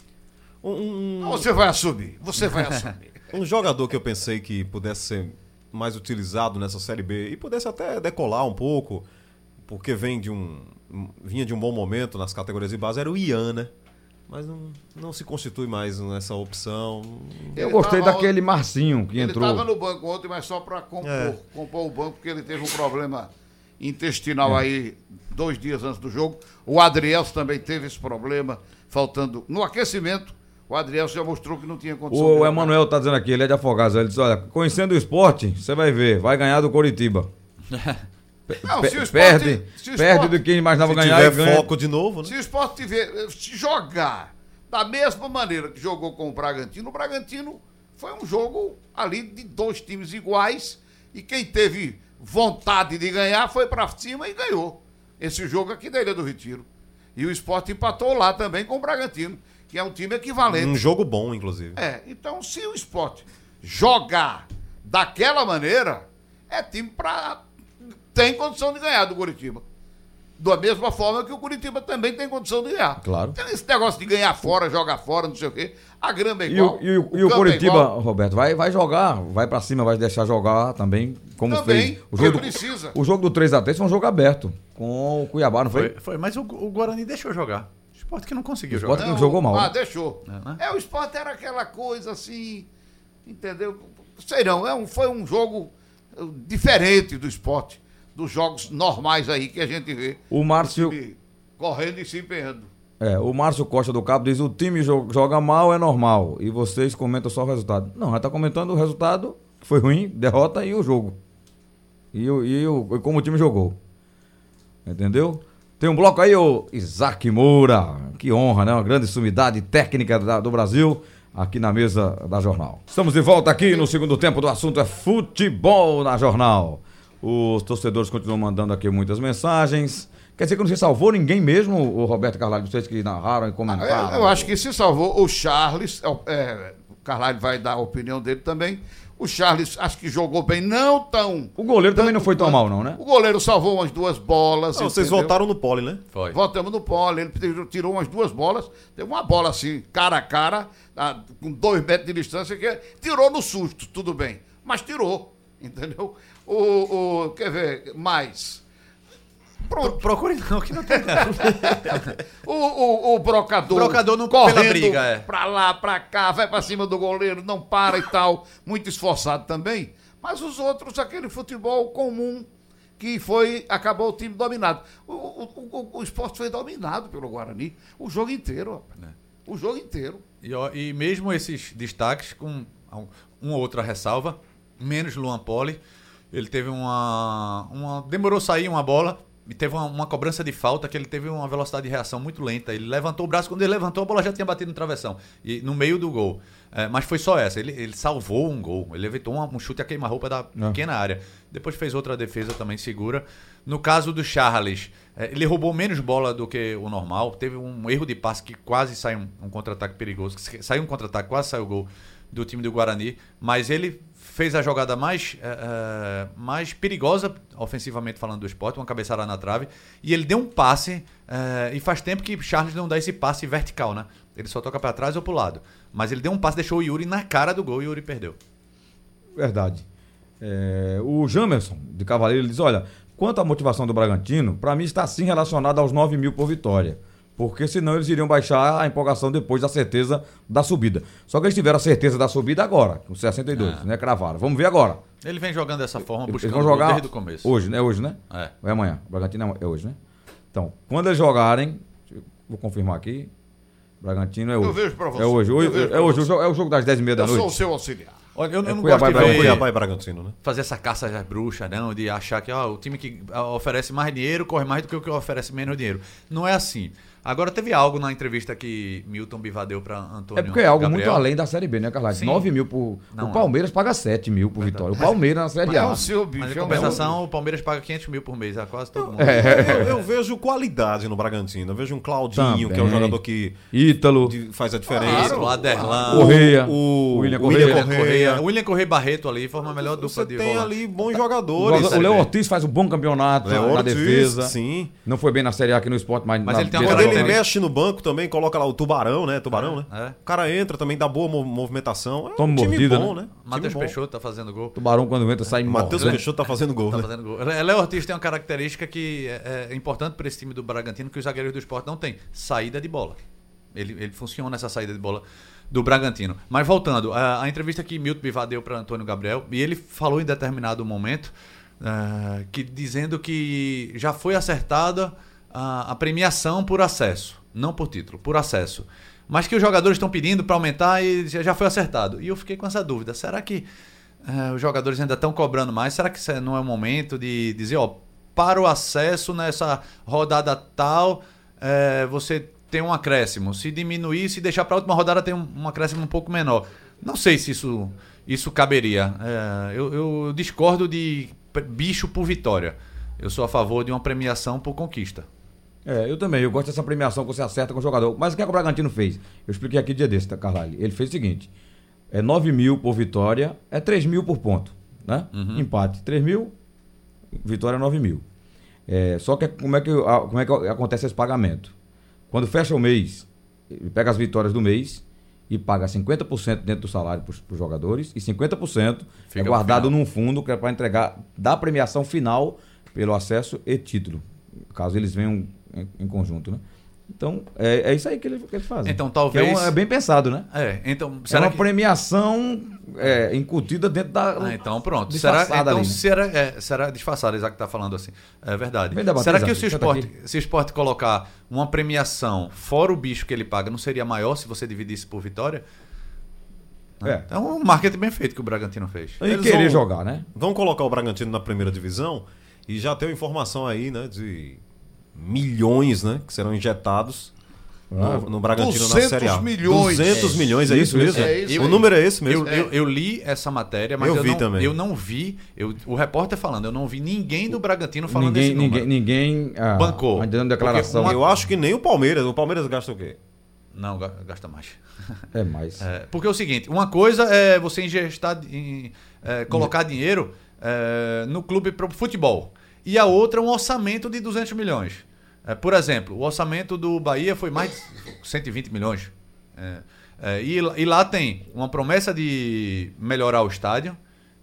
F: Um, um-
D: Não, Ah, Você vai assumir. Você vai assumir.
F: um jogador que eu pensei que pudesse ser mais utilizado nessa Série B e pudesse até decolar um pouco, porque vem de um. vinha de um bom momento nas categorias de base, era o Ian, né? Mas não, não se constitui mais nessa opção.
C: Eu
D: Ele
C: gostei
E: tá
D: tava-
C: daquele Marcinho que
D: Ele
C: entrou.
D: estava no banco ontem, mas só para compor,
F: É.
D: compor o banco, porque ele teve um problema
C: É.
D: intestinal aí dois dias antes do jogo. O Adrielso também teve esse problema, faltando no aquecimento. O Adrielso já mostrou que não tinha condição. de
C: O
D: jogar.
C: Emanuel tá dizendo aqui, ele é de Afogados. Ele diz: olha, conhecendo o esporte, você vai ver, vai ganhar do Coritiba.
D: Não,
C: Pe-
D: se o esporte-
C: perde
D: se o
C: perde
D: esporte-
C: do que imaginava
F: Se
C: ganhar.
F: tiver
C: E ganha.
F: foco de novo, né?
D: Se o esporte tiver, eh, se jogar da mesma maneira que jogou com o Bragantino, o Bragantino foi um jogo ali de dois times iguais e quem teve vontade de ganhar foi pra cima e ganhou. Esse jogo aqui da Ilha do Retiro. E o esporte empatou lá também com o Bragantino, que é um time equivalente.
F: Um jogo bom, inclusive.
D: É, então se o esporte jogar daquela maneira, é time pra. tem condição de ganhar do Curitiba. Da mesma forma que o Curitiba também tem condição de ganhar.
C: Claro.
D: Então, esse negócio de ganhar fora, jogar fora, não sei o quê. A grama é
C: E o,
D: igual.
C: e o- e o
D: campo é
C: Coritiba,
D: igual.
C: Roberto, vai, vai jogar, vai pra cima, vai deixar jogar também, como
D: Também,
C: fez. O jogo,
D: quando
C: do,
D: precisa.
C: o jogo do 3x3 foi um jogo aberto com o Cuiabá, não foi?
E: Foi, foi, mas o, o Guarani deixou jogar. O esporte que não conseguiu
C: Sport
E: jogar.
C: que não jogou mal,
D: Ah,
C: né?
D: deixou.
E: É, né?
D: É, o esporte era aquela coisa assim, entendeu? Sei não, é um, foi um jogo eh, diferente do esporte, dos jogos normais aí que a gente vê.
C: O Márcio,
D: time Correndo e se empenhando.
C: é, o Márcio Costa do Cabo diz: o time jo- joga mal, é normal. E vocês comentam só o resultado. Não, já tá comentando o resultado, que foi ruim, derrota e o jogo. E, o- e o- e como o time jogou. Entendeu? Tem um bloco aí, o Isaac Moura. Que honra, né? Uma grande sumidade técnica da- do Brasil aqui na mesa da Jornal. Estamos de volta aqui no segundo tempo do assunto é futebol na Jornal. Os torcedores continuam mandando aqui muitas mensagens. Quer dizer que não se salvou ninguém mesmo, o Roberto Carvalho, vocês que narraram e
D: Ah, Eu,
C: comentaram.
D: eu acho que se salvou o Charles, é, o- é, o Carlalho vai dar a opinião dele também. O Charles acho que jogou bem, não tão.
C: O goleiro também não foi tão mal, não, né?
D: O goleiro salvou umas duas bolas.
F: Não, vocês
D: entendeu?
F: voltaram no pole, né?
E: Foi.
D: Voltamos no pole, ele tirou- tirou umas duas bolas, teve uma bola assim, cara a cara, a- com dois metros de distância, que tirou no susto, tudo bem, mas tirou, entendeu? O, o- quer ver, mais. Pronto,
E: Procure não, que não tem
D: o, o, o brocador.
E: O brocador não-
D: correndo
E: pela briga, é.
D: pra lá, pra cá, vai pra cima do goleiro, não para e tal, muito esforçado também. Mas os outros, aquele futebol comum que foi, acabou o time dominado. O, o, o- o- o esporte foi dominado pelo Guarani o jogo inteiro, rapaz. né? O jogo inteiro.
E: E, ó, e mesmo esses destaques, com um- uma outra ressalva, menos Luan Poli, ele teve uma, uma. Demorou sair uma bola e teve uma, uma cobrança de falta que ele teve uma velocidade de reação muito lenta. Ele levantou o braço, quando ele levantou, a bola já tinha batido no travessão, e no meio do gol. É, mas foi só essa, ele, ele salvou um gol, ele evitou uma- um chute a queima-roupa da pequena área. Depois fez outra defesa também segura. No caso do Charles, é, ele roubou menos bola do que o normal. Teve um erro de passe que quase saiu um, um contra-ataque perigoso. que se- Saiu um contra-ataque, quase saiu o gol do time do Guarani. Mas ele fez a jogada mais, é, é, mais perigosa, ofensivamente falando do esporte, uma cabeçada na trave. E ele deu um passe. é, e faz tempo que Charles não dá esse passe vertical, né? Ele só toca pra trás ou pro lado. Mas ele deu um passe, deixou o Yuri na cara do gol e o Yuri perdeu.
C: Verdade. É, o Jamerson, de Cavaleiro, ele diz: olha, Quanto à motivação do Bragantino, para mim está sim relacionada aos 9 mil por vitória. Porque senão eles iriam baixar a empolgação depois da certeza da subida. Só que eles tiveram a certeza da subida agora, com 62, né? Cravaram. Vamos ver agora.
E: Ele vem jogando dessa forma,
C: Eles
E: É. buscando
C: vão jogar
E: desde o começo.
C: hoje, né? Hoje, né?
E: É.
C: Ou é amanhã? O Bragantino é hoje, né? Então, quando eles jogarem, deixa eu- vou confirmar aqui. Bragantino é hoje.
D: vejo pra você.
C: É hoje. hoje
D: Eu vejo
C: é,
D: pra
C: hoje o jogo, é o jogo das 10h30 da
D: Eu sou o
C: noite.
D: seu auxiliar.
E: Olha, eu, eu
C: É
E: não
C: Cuiabá e
E: gosto de ver
C: Bragantino.
F: Cuiabá e Bragantino, né?
E: fazer essa caça às bruxas, não, de achar que ó, o time que ah, oferece mais dinheiro corre mais do que o que oferece menos dinheiro. Não é assim. Agora teve algo na entrevista que Milton Bivar deu para Antônio.
C: É porque é algo
E: Gabriel.
C: muito além da Série B, né, Carlos?
E: Sim.
C: 9 mil por.
E: Não,
C: o Palmeiras paga 7 mil por vitória. O Palmeiras na Série
D: É
C: A.
D: o seu bicho.
E: Mas
D: é
E: em
D: o
E: compensação, o Palmeiras paga 500 mil por mês, a quase todo mundo.
C: É.
F: Eu, eu vejo qualidade no Bragantino. Eu vejo um Claudinho, que é um
C: Também.
F: jogador que
C: Ítalo.
F: de- faz a diferença.
E: Isso, o Aderlan,
C: Correia.
F: O, o
C: William Correia.
F: William Correia.
E: William Correia. William Correia e Barreto ali forma a melhor dupla
F: Você
E: de
F: tem
E: volante.
F: ali bons
C: O
F: jogadores.
C: Léo- o Léo Ortiz faz um bom campeonato
F: Léo
C: na
F: Ortiz,
C: defesa.
F: Sim.
C: Não foi bem na Série A aqui no esporte, mas,
E: Mas
C: na
E: ele tem uma
F: Quando
C: defesa-
F: ele
E: Caramba.
F: mexe no banco também, coloca lá o tubarão, né? Tubarão, né?
E: é.
F: O cara entra também, dá boa mov- movimentação. É um
C: Toma
F: time
C: mordida,
F: bom,
C: né?
F: né?
E: Matheus
F: Time bom.
E: Peixoto tá fazendo gol.
C: Tubarão quando entra sai
F: Matheus
C: morto, né?
F: Peixoto tá fazendo gol,
E: Tá
F: né?
E: fazendo gol. Lé- Léo Ortiz tem uma característica que é, é importante para esse time do Bragantino que os zagueiros do esporte não têm: saída de bola. Ele, ele funciona nessa saída de bola do Bragantino. Mas voltando, a, a entrevista que Milton Bivar deu para Antônio Gabriel, e ele falou em determinado momento, ah, que dizendo que já foi acertada a, a premiação por acesso, não por título, por acesso. Mas que os jogadores estão pedindo para aumentar e já já foi acertado. E eu fiquei com essa dúvida: será que é, os jogadores ainda estão cobrando mais. Será que isso é- não é o momento de dizer, ó, para o acesso nessa rodada tal, é, você tem um acréscimo. Se diminuir, se deixar para a última rodada, tem um, um acréscimo um pouco menor. Não sei se isso, isso caberia. É, eu, eu discordo de p- bicho por vitória. Eu sou a favor de uma premiação por conquista.
C: É, eu também. Eu gosto dessa premiação que você acerta com o jogador. Mas o que, é que o Bragantino fez? Eu expliquei aqui dia desse, tá, Carlalho? Ele fez o seguinte: é 9 mil por vitória, é 3 mil por ponto. Né? Empate. 3 mil, vitória 9 mil. É, só que como é que, a- como é que acontece esse pagamento? Quando fecha o mês, ele pega as vitórias do mês e paga 50% dentro do salário para os jogadores e 50%
E: Fica
C: é
E: pro
C: guardado
E: final.
C: num fundo que é para entregar da premiação final pelo acesso e título, caso eles venham em, em conjunto, né? Então, é, é isso aí que eles, que eles fazem.
E: Então,
C: Que
E: talvez-
C: É, um- é bem pensado, né?
E: É, então,
C: é
E: será
C: uma
E: que...
C: premiação é, incutida dentro da...
E: Ah, então pronto. Será,
C: disfarçada
E: então,
C: ali, né?
E: será, é, será disfarçado, Isaac está falando assim. É verdade.
C: Vem da
E: Será
C: Batista,
E: que se o,
C: Isaac,
E: esporte,
C: senta
E: se o esporte colocar uma premiação fora o bicho que ele paga, não seria maior se você dividisse por vitória?
C: É.
E: É um marketing bem feito que o Bragantino fez.
C: E
F: Eles
C: querer
F: vão-
C: jogar, né?
F: Vamos colocar o Bragantino na primeira divisão e já tem informação aí, né, de milhões, né, que serão injetados
C: Ah,
F: no, no Bragantino na
D: 200
F: Série A.
D: milhões.
F: 200 milhões, é isso, mesmo?
D: é isso
F: o
D: aí.
F: número é esse mesmo.
E: Eu, eu- eu li essa matéria, mas eu,
F: Eu vi
E: não,
F: também.
E: eu não vi. eu- o repórter falando, eu não vi ninguém do Bragantino falando
C: Ninguém,
E: desse número.
C: ninguém, ninguém ah,
E: Bancou.
C: ainda dando declaração.
E: Porque
F: Eu acho que nem o Palmeiras. O Palmeiras gasta o quê?
E: Não, ga- gasta mais.
C: É mais.
E: É, porque é o seguinte, uma coisa é você ingestar, em- é, colocar dinheiro é, no clube pro futebol. E a outra é um orçamento de 200 milhões. É, por exemplo, o orçamento do Bahia foi mais de 120 milhões. É, é, e, lá- e lá tem uma promessa de melhorar o estádio.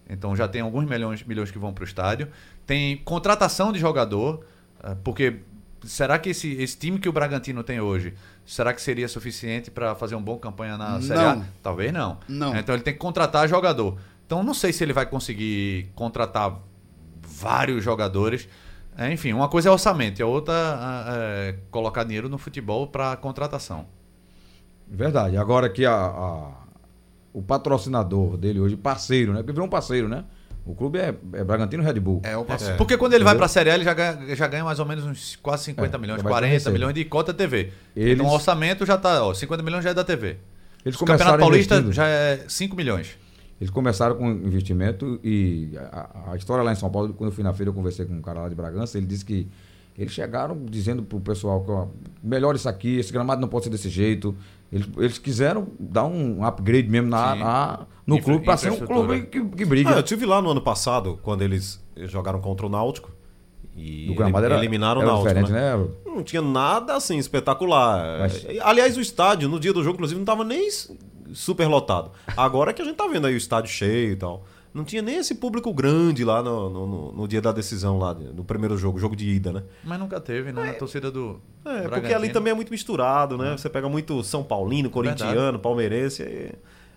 E: Então já tem alguns milhões, milhões que vão para o estádio. Tem contratação de jogador, eh, porque será que esse, esse time que o Bragantino tem hoje, será que seria suficiente para fazer uma boa campanha na Série A?
D: Não.
E: Talvez não.
D: Não.
E: Então ele tem que contratar jogador. Então não sei se ele vai conseguir contratar vários jogadores. Eh, Enfim, uma coisa é orçamento e a outra ah, é colocar dinheiro no futebol para contratação.
C: Verdade. Agora que a, a- o patrocinador dele hoje, parceiro, né? Porque virou um parceiro, né? O clube é, é Bragantino Red Bull.
D: É, o parceiro.
E: Porque quando ele vai
C: Entendeu?
E: para a Série A, ele já ganha, já ganha mais ou menos uns quase 50
C: É,
E: milhões,
C: já vai ter
E: 40
C: receita.
E: milhões de cota TV.
C: Eles-
E: Então o orçamento já tá, ó, 50 milhões já é da TV.
C: Eles
E: o Campeonato
C: começaram
E: Paulista
C: investindo.
E: já é 5 milhões.
C: Eles começaram com investimento e a, a história lá em São Paulo, quando eu fui na feira, eu conversei com um cara lá de Bragança, ele disse que eles chegaram dizendo pro pessoal que ó, melhor isso aqui, esse gramado não pode ser desse jeito. Eles, eles quiseram dar um upgrade mesmo na,
E: Sim.
C: na- no
E: Infra-
C: clube para ser um
E: infraestrutura.
C: clube que, que
F: Ah, eu
C: briga.
F: tive lá no ano passado, quando eles jogaram contra o Náutico. E
C: o gramado
F: elim-
C: era,
F: eliminaram
C: era
F: o Náutico.
C: diferente,
F: né?
C: né?
F: Não tinha nada assim espetacular.
C: Mas-
F: Eh, Aliás, o estádio, no dia do jogo, inclusive, não tava nem s- super lotado. Agora que a gente tá vendo aí o estádio cheio e tal. Não tinha nem esse público grande lá no, no- no- no dia da decisão, lá de- no primeiro jogo, jogo de ida, né?
E: Mas nunca teve, né? Na torcida do.
F: É, porque
E: Bragantino.
F: ali também é muito misturado, né? Você pega muito São Paulino, corintiano,
E: Verdade.
F: palmeirense. e-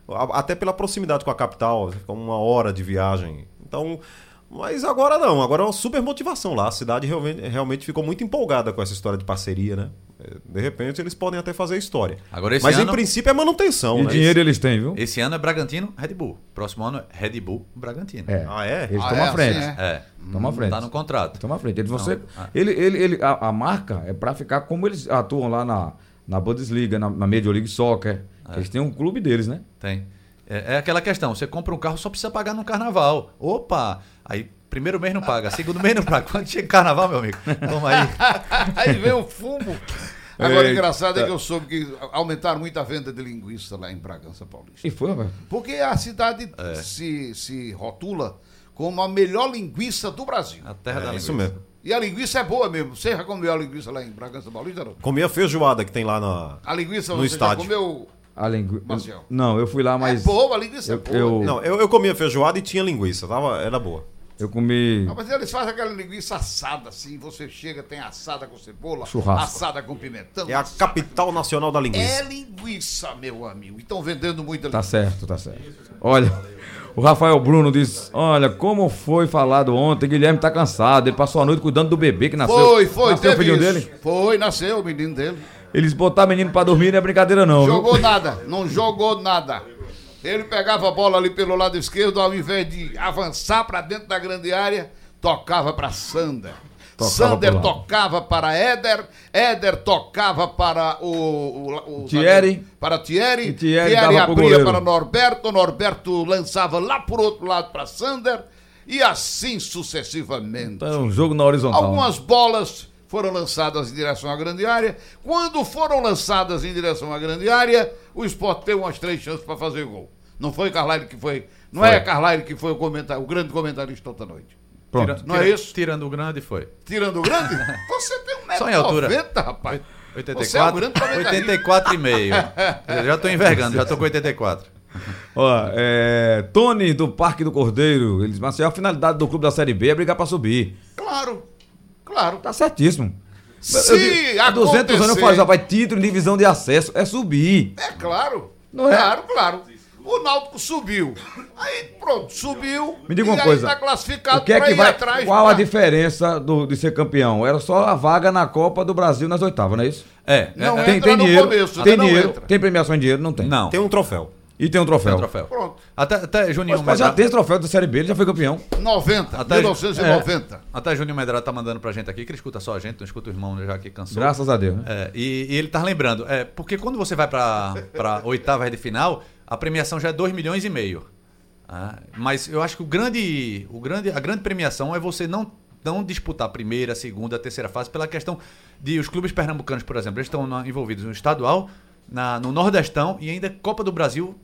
F: a- Até pela proximidade com a capital, fica uma hora de viagem. Então. Mas agora não, agora é uma super motivação lá. A cidade realmente, realmente ficou muito empolgada com essa história de parceria, né? É, De repente eles podem até fazer a história.
E: Agora, esse
F: mas em
E: ano-
F: princípio é manutenção,
C: E
F: né?
C: dinheiro eles têm, viu?
E: Esse ano é Bragantino, Red Bull. Próximo ano é Red Bull, Bragantino.
C: É.
F: Ah, é?
C: Eles
D: Ah,
C: estão
D: é
C: à frente.
D: assim, é?
E: É.
C: Toma à frente.
E: Tá no contrato.
C: Estão à frente. Eles, você,
E: Ah.
C: ele, ele, ele, a, a marca é para ficar como eles atuam lá na, na Bundesliga, na, na Major League Soccer.
F: É.
C: Eles têm um clube deles, né?
E: Tem. É, é aquela questão, você compra um carro, só precisa pagar no carnaval. Opa! Aí, primeiro mês não paga, segundo mês não paga. Quando chega carnaval, meu amigo, toma aí.
D: Aí vem o fumo. Agora, o
F: Eita.
D: engraçado é que eu soube que aumentaram muito a venda de linguiça lá em Bragança Paulista.
C: E foi, rapaz.
D: Porque a cidade
F: É.
D: se, se rotula como a melhor linguiça do Brasil.
E: A terra da
F: É isso
E: linguiça.
F: mesmo.
D: E a linguiça é boa mesmo. Você já comeu a linguiça lá em Bragança Paulista? Não?
F: Comi a feijoada que tem lá na.
D: A linguiça
F: No
D: você já
F: estádio.
D: comeu.
C: A lingu...
D: Marcel.
C: Não, eu fui lá,
D: É
C: mas
D: boa, a linguiça é
C: eu,
D: boa.
C: eu,
F: Não, eu, eu comi a feijoada e tinha linguiça, tava, era boa.
C: eu comi.
D: Ah, mas eles fazem aquela linguiça assada assim, você chega, tem assada com cebola,
C: Churrasco.
D: assada com pimentão.
F: É a
D: assada-
F: capital nacional da
D: É
F: linguiça.
D: linguiça, meu amigo. E estão vendendo muita
C: Tá
D: linguiça.
C: certo, tá certo. Olha, o Rafael Bruno diz: Olha, como foi falado ontem, Guilherme tá cansado, ele passou a noite cuidando do bebê que nasceu.
D: Foi, foi,
C: nasceu o filho dele.
D: Foi, nasceu o menino dele.
C: Eles botar menino pra dormir não é brincadeira, não. viu?
D: Jogou nada, não jogou nada. Ele pegava a bola ali pelo lado esquerdo, ao invés de avançar para dentro da grande área, tocava para Sander.
C: Tocava
D: Sander
C: pro lado.
D: tocava para Éder, Éder tocava para o, o- o-
C: Thierry.
D: zagueiro- para Thierry,
C: E Thierry dava pro
D: abria
C: goleiro.
D: para Norberto, Norberto lançava lá por outro lado para Sander e assim sucessivamente.
C: Então, é um jogo na horizontal.
D: Algumas bolas foram lançadas em direção à grande área. Quando foram lançadas em direção à grande área, o Sport teve umas três chances para fazer gol. Não foi Carlyle que foi. Não é Carlyle que foi o, comentar, o grande comentarista ontem à noite.
C: Pronto.
E: Tira-
D: Não é
E: tira-
D: isso?
E: Tirando o grande foi.
D: Tirando o grande, você tem um metro
E: Só em altura.
D: 90, rapaz. Você é um
E: 84,
D: grande comentarista.
E: 84 e meio. Eu já tô envergando, já tô com 84.
C: Ó, é, Tony do Parque do Cordeiro, eles mas é a finalidade do clube da Série B é brigar pra subir.
D: Claro, claro.
C: Tá certíssimo.
D: Se
C: Eu digo, há 200 anos eu falo,
D: acontecer-
C: já vai título, divisão de acesso, é subir.
D: É claro.
C: Não é?
D: Claro, claro. O Náutico subiu. Aí pronto, subiu.
C: Me diga
D: e
C: uma
D: aí
C: coisa.
D: Tá classificado
C: o que é
D: pra
C: que
D: ir
C: vai?
D: atrás.
C: qual a
D: pra-
C: diferença do- de ser campeão? Era só a vaga na Copa do Brasil nas oitavas, não é isso?
E: É,
D: Não,
E: é,
D: é-
C: tem
D: entra
C: tem
D: no
C: dinheiro,
D: começo,
C: tem
D: ainda não
C: dinheiro,
D: entra.
C: tem premiação em dinheiro, não tem.
E: não.
F: Tem um troféu.
C: E tem um troféu.
E: Tem um troféu.
D: Pronto.
E: Até, até Juninho
C: Mas, mas já
E: Medrado.
C: tem esse troféu da Série B, ele já foi campeão.
D: 90,
E: Até-
D: 1990.
E: Até Juninho Medrado tá mandando pra gente aqui, que ele escuta só a gente, não escuta o irmão já que cansou.
C: Graças a Deus, né?
E: É, e, e ele tá lembrando, é, porque quando você vai pra pra oitavas de final, a premiação já é 2 milhões e meio. Ah, mas eu acho que o grande, o grande, a grande premiação é você não, não disputar a primeira, a segunda, a terceira fase pela questão de os clubes pernambucanos, por exemplo, eles estão na- envolvidos no estadual, na- no Nordestão e ainda Copa do Brasil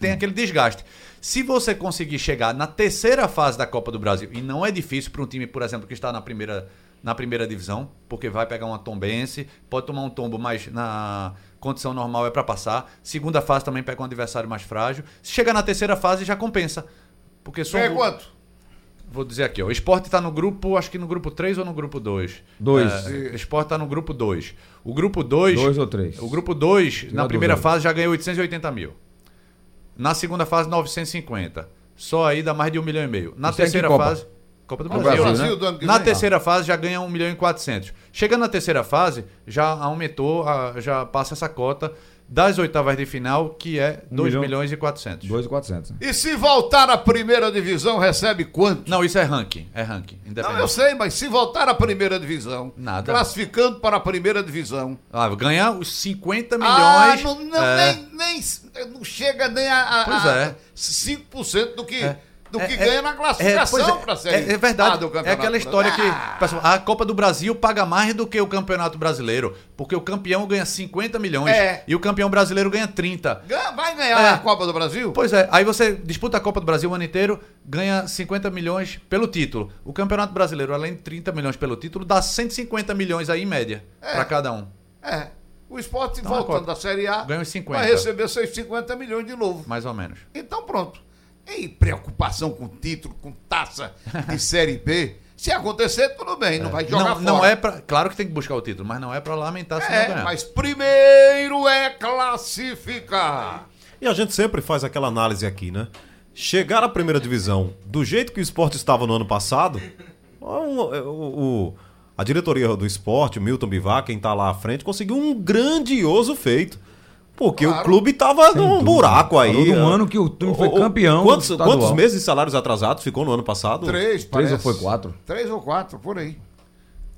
E: tem aquele desgaste. Se você conseguir chegar na terceira fase da Copa do Brasil, e não é difícil para um time, por exemplo, que está na primeira, na primeira divisão, porque vai pegar uma tombense, pode tomar um tombo, mas na condição normal é para passar. Segunda fase também pega um adversário mais frágil. Se chegar na terceira fase, já compensa. Porque só.
D: Pega É quanto?
E: Vou dizer aqui, ó. O esporte tá no grupo, acho que no grupo 3 ou no grupo 2?
C: Dois.
E: É, o esporte tá no grupo 2. O grupo 2.
C: Dois ou três?
E: O grupo 2, na
C: dois,
E: primeira
C: né?
E: fase, já ganhou 880 mil. Na segunda fase, 950. Só aí dá mais de um milhão e meio. Na
C: Isso é em que
E: terceira
C: Copa?
E: fase. Copa do
C: No
E: Brasil.
C: Brasil,
E: né?
D: né? do ano que
E: Na
D: vem.
E: terceira fase já ganha 1 milhão e 400. Chegando na terceira fase, já aumentou, a- já passa essa cota das oitavas de final, que é 2
C: Um milhão-
E: milhões e 400.
C: 2,400.
D: E se voltar à primeira divisão, recebe quanto?
E: Não, isso é ranking. É ranking. Independente.
D: Não, eu sei, mas se voltar à primeira divisão,
E: Nada.
D: classificando para a primeira divisão.
E: Ah, ganhar os 50 milhões.
D: Ah, não, não,
E: é,
D: nem, nem- não chega nem a, a,
E: Pois
D: a
E: é.
D: 5% do que,
E: é.
D: do que
E: É, é,
D: ganha na classificação
E: é,
D: para a
E: pois é,
D: Série
E: é, é
D: A
E: verdade.
D: do
E: É
D: Campeonato
E: aquela história que.
D: Brasileiro. Ah!
E: pessoal, A Copa do Brasil paga mais do que o Campeonato Brasileiro. Porque o campeão ganha 50 milhões
D: É.
E: e o campeão brasileiro ganha 30.
D: Ganha- Ah, Vai ganhar
E: É.
D: a Copa do Brasil?
E: Pois é, aí você disputa a Copa do Brasil o ano inteiro, ganha 50 milhões pelo título. O Campeonato Brasileiro, além de 30 milhões pelo título, dá 150 milhões aí em média pra cada um.
D: É. O esporte,
E: na
D: voltando
E: Então, Copa.
D: da Série A,
E: Ganha uns 50.
D: vai receber seus 50 milhões de novo.
E: Mais ou menos.
D: Então pronto. em preocupação com título, com taça de Série B. Se acontecer, tudo bem, não vai jogar
E: não,
D: fora.
E: não é para, claro que tem que buscar o título, mas não é para lamentar se não
D: É,
E: ganhar.
D: mas primeiro é classificar.
F: E a gente sempre faz aquela análise aqui, né? Chegar à primeira divisão do jeito que o esporte estava no ano passado, o- o- o- a diretoria do esporte, o Milton Bivar, quem tá lá à frente, conseguiu um grandioso feito. Porque o clube tava num buraco aí.
C: Falou de um
F: né?
C: ano que o time foi
F: O- o-
C: campeão
F: Quantos,
C: estadual.
F: quantos meses de salários atrasados ficou no ano passado?
C: Três
D: Três, parece.
C: ou foi quatro?
D: Três ou quatro, por aí.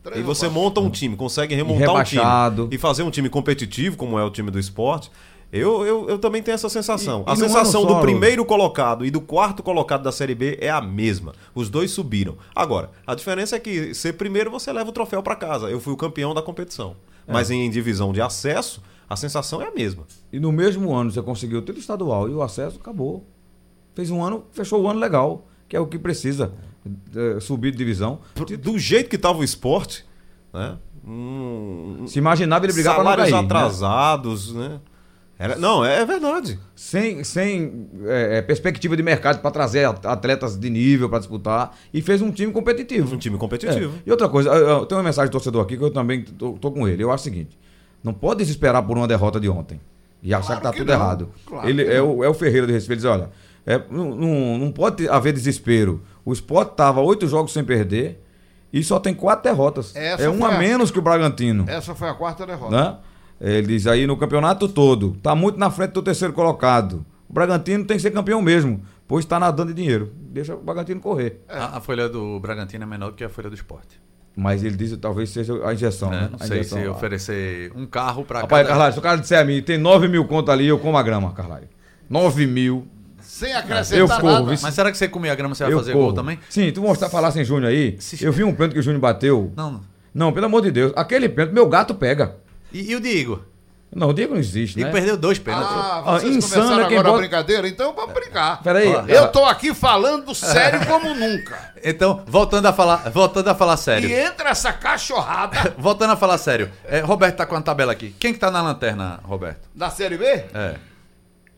D: Três
F: E
D: ou
F: você
D: quatro.
F: monta um time, consegue remontar um
C: rebaixado.
F: time e fazer um time competitivo, como é o time do esporte. Eu, eu, eu também tenho essa sensação.
C: E- e
F: a
C: num
F: sensação
C: ano só,
F: do primeiro colocado e do quarto colocado da Série B é a mesma. Os dois subiram. Agora, a diferença é que ser primeiro você leva o troféu para casa. Eu fui o campeão da competição.
C: É.
F: Mas em divisão de acesso, a sensação é a mesma.
C: E no mesmo ano você conseguiu o título estadual e o acesso acabou. Fez um ano, fechou o ano legal, que é o que precisa. eh, subir de divisão.
F: Do jeito que estava o esporte, né? Hum,
C: Se imaginava ele brigar para não
F: salários
C: cair. né?
F: atrasados, né? Era- não, é verdade.
C: Sem, sem eh, eh, perspectiva de mercado para trazer at- atletas de nível para disputar. E fez um time competitivo.
F: Um time
C: É.
F: competitivo.
C: E outra coisa, eu- eu- tem uma mensagem do torcedor aqui que eu também tô, tô com ele. Eu acho o seguinte: não pode desesperar por uma derrota de ontem e achar que tá
D: que
C: tudo
D: não,
C: errado.
D: claro
C: ele
D: que
C: é o, é o Ferreira de Recife, ele diz: olha, é, não, não- não pode haver desespero. O Sport tava oito jogos sem perder e só tem quatro derrotas.
D: Essa
C: é uma
D: foi a- É.
C: menos que o Bragantino
D: Essa foi a quarta derrota.
C: né? Ele diz aí no campeonato todo, tá muito na frente do terceiro colocado. O Bragantino tem que ser campeão mesmo, pois está nadando de dinheiro. Deixa o Bragantino correr.
E: A, a folha do Bragantino é menor do que a folha do esporte.
C: Mas ele diz que talvez seja a injeção,
E: né?
C: né?
E: Não
C: a
E: sei
C: injeção.
E: se oferecer um carro para
C: Rapaz,
E: cada...
C: Carlai, se o cara disser a mim, tem 9 mil conto ali, eu como a grama, Carlai. 9 mil.
D: Sem
C: Eu
D: acrescentar
C: corro,
D: nada.
C: viu?
E: Mas será que você comer a grama você vai
C: eu
E: fazer
C: corro.
E: gol também?
C: Sim, tu mostrar, falar sem Júnior aí.
E: Se-
C: Eu vi um pênalti que o Júnior bateu.
E: Não. não.
C: Não, pelo amor de Deus. Aquele pênalti, meu gato pega.
E: E, e o Diego?
C: Não, o Diego não existe,
E: Diego
C: né?
E: perdeu dois pênaltis.
D: Ah,
C: Ah,
D: vocês
C: insano
D: começaram
C: é quem
D: agora a
C: bota-
D: brincadeira? Então vamos brincar.
C: Peraí.
D: Eu tô aqui falando sério como nunca.
E: Então, voltando a falar, voltando a falar sério.
D: E entra essa cachorrada
E: Voltando a falar sério. É, Roberto tá com a tabela aqui. Quem que tá na lanterna, Roberto?
D: da Série B?
E: É.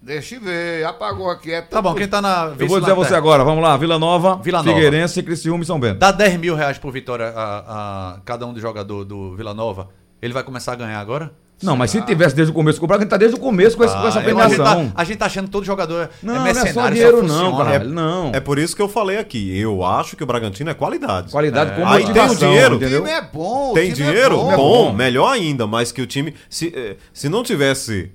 D: Deixa eu ver. Apagou aqui. É
E: Tá
D: tudo-
E: bom, quem tá na
C: Eu vou dizer a
E: vice-lanterna?
C: você agora, vamos lá. Vila Nova,
E: Vila Nova.
C: Figueirense, Criciúma e São Bento.
E: Dá 10 mil reais por vitória a, a cada um do jogador do Vila Nova. Ele vai começar a ganhar agora?
C: Não, mas se tivesse desde o começo com o Braga, a gente tá desde o começo com, esse- com essa
E: Ah, eu- a, gente tá,
C: premiação.
E: a gente tá achando que todo jogador é-
C: Não,
E: é
C: não é só
E: mercenário,
C: dinheiro não,
E: funciona.
C: cara. Não.
F: É por isso que eu falei aqui. Eu acho que o Bragantino é qualidade.
C: Qualidade com
F: Aí tem o
C: motivação,
F: dinheiro.
D: O
C: entendeu?
D: time é bom. o
F: Tem
D: time é
F: dinheiro?
D: bom.
F: bom, melhor ainda, mas que o time. Se, eh, se não tivesse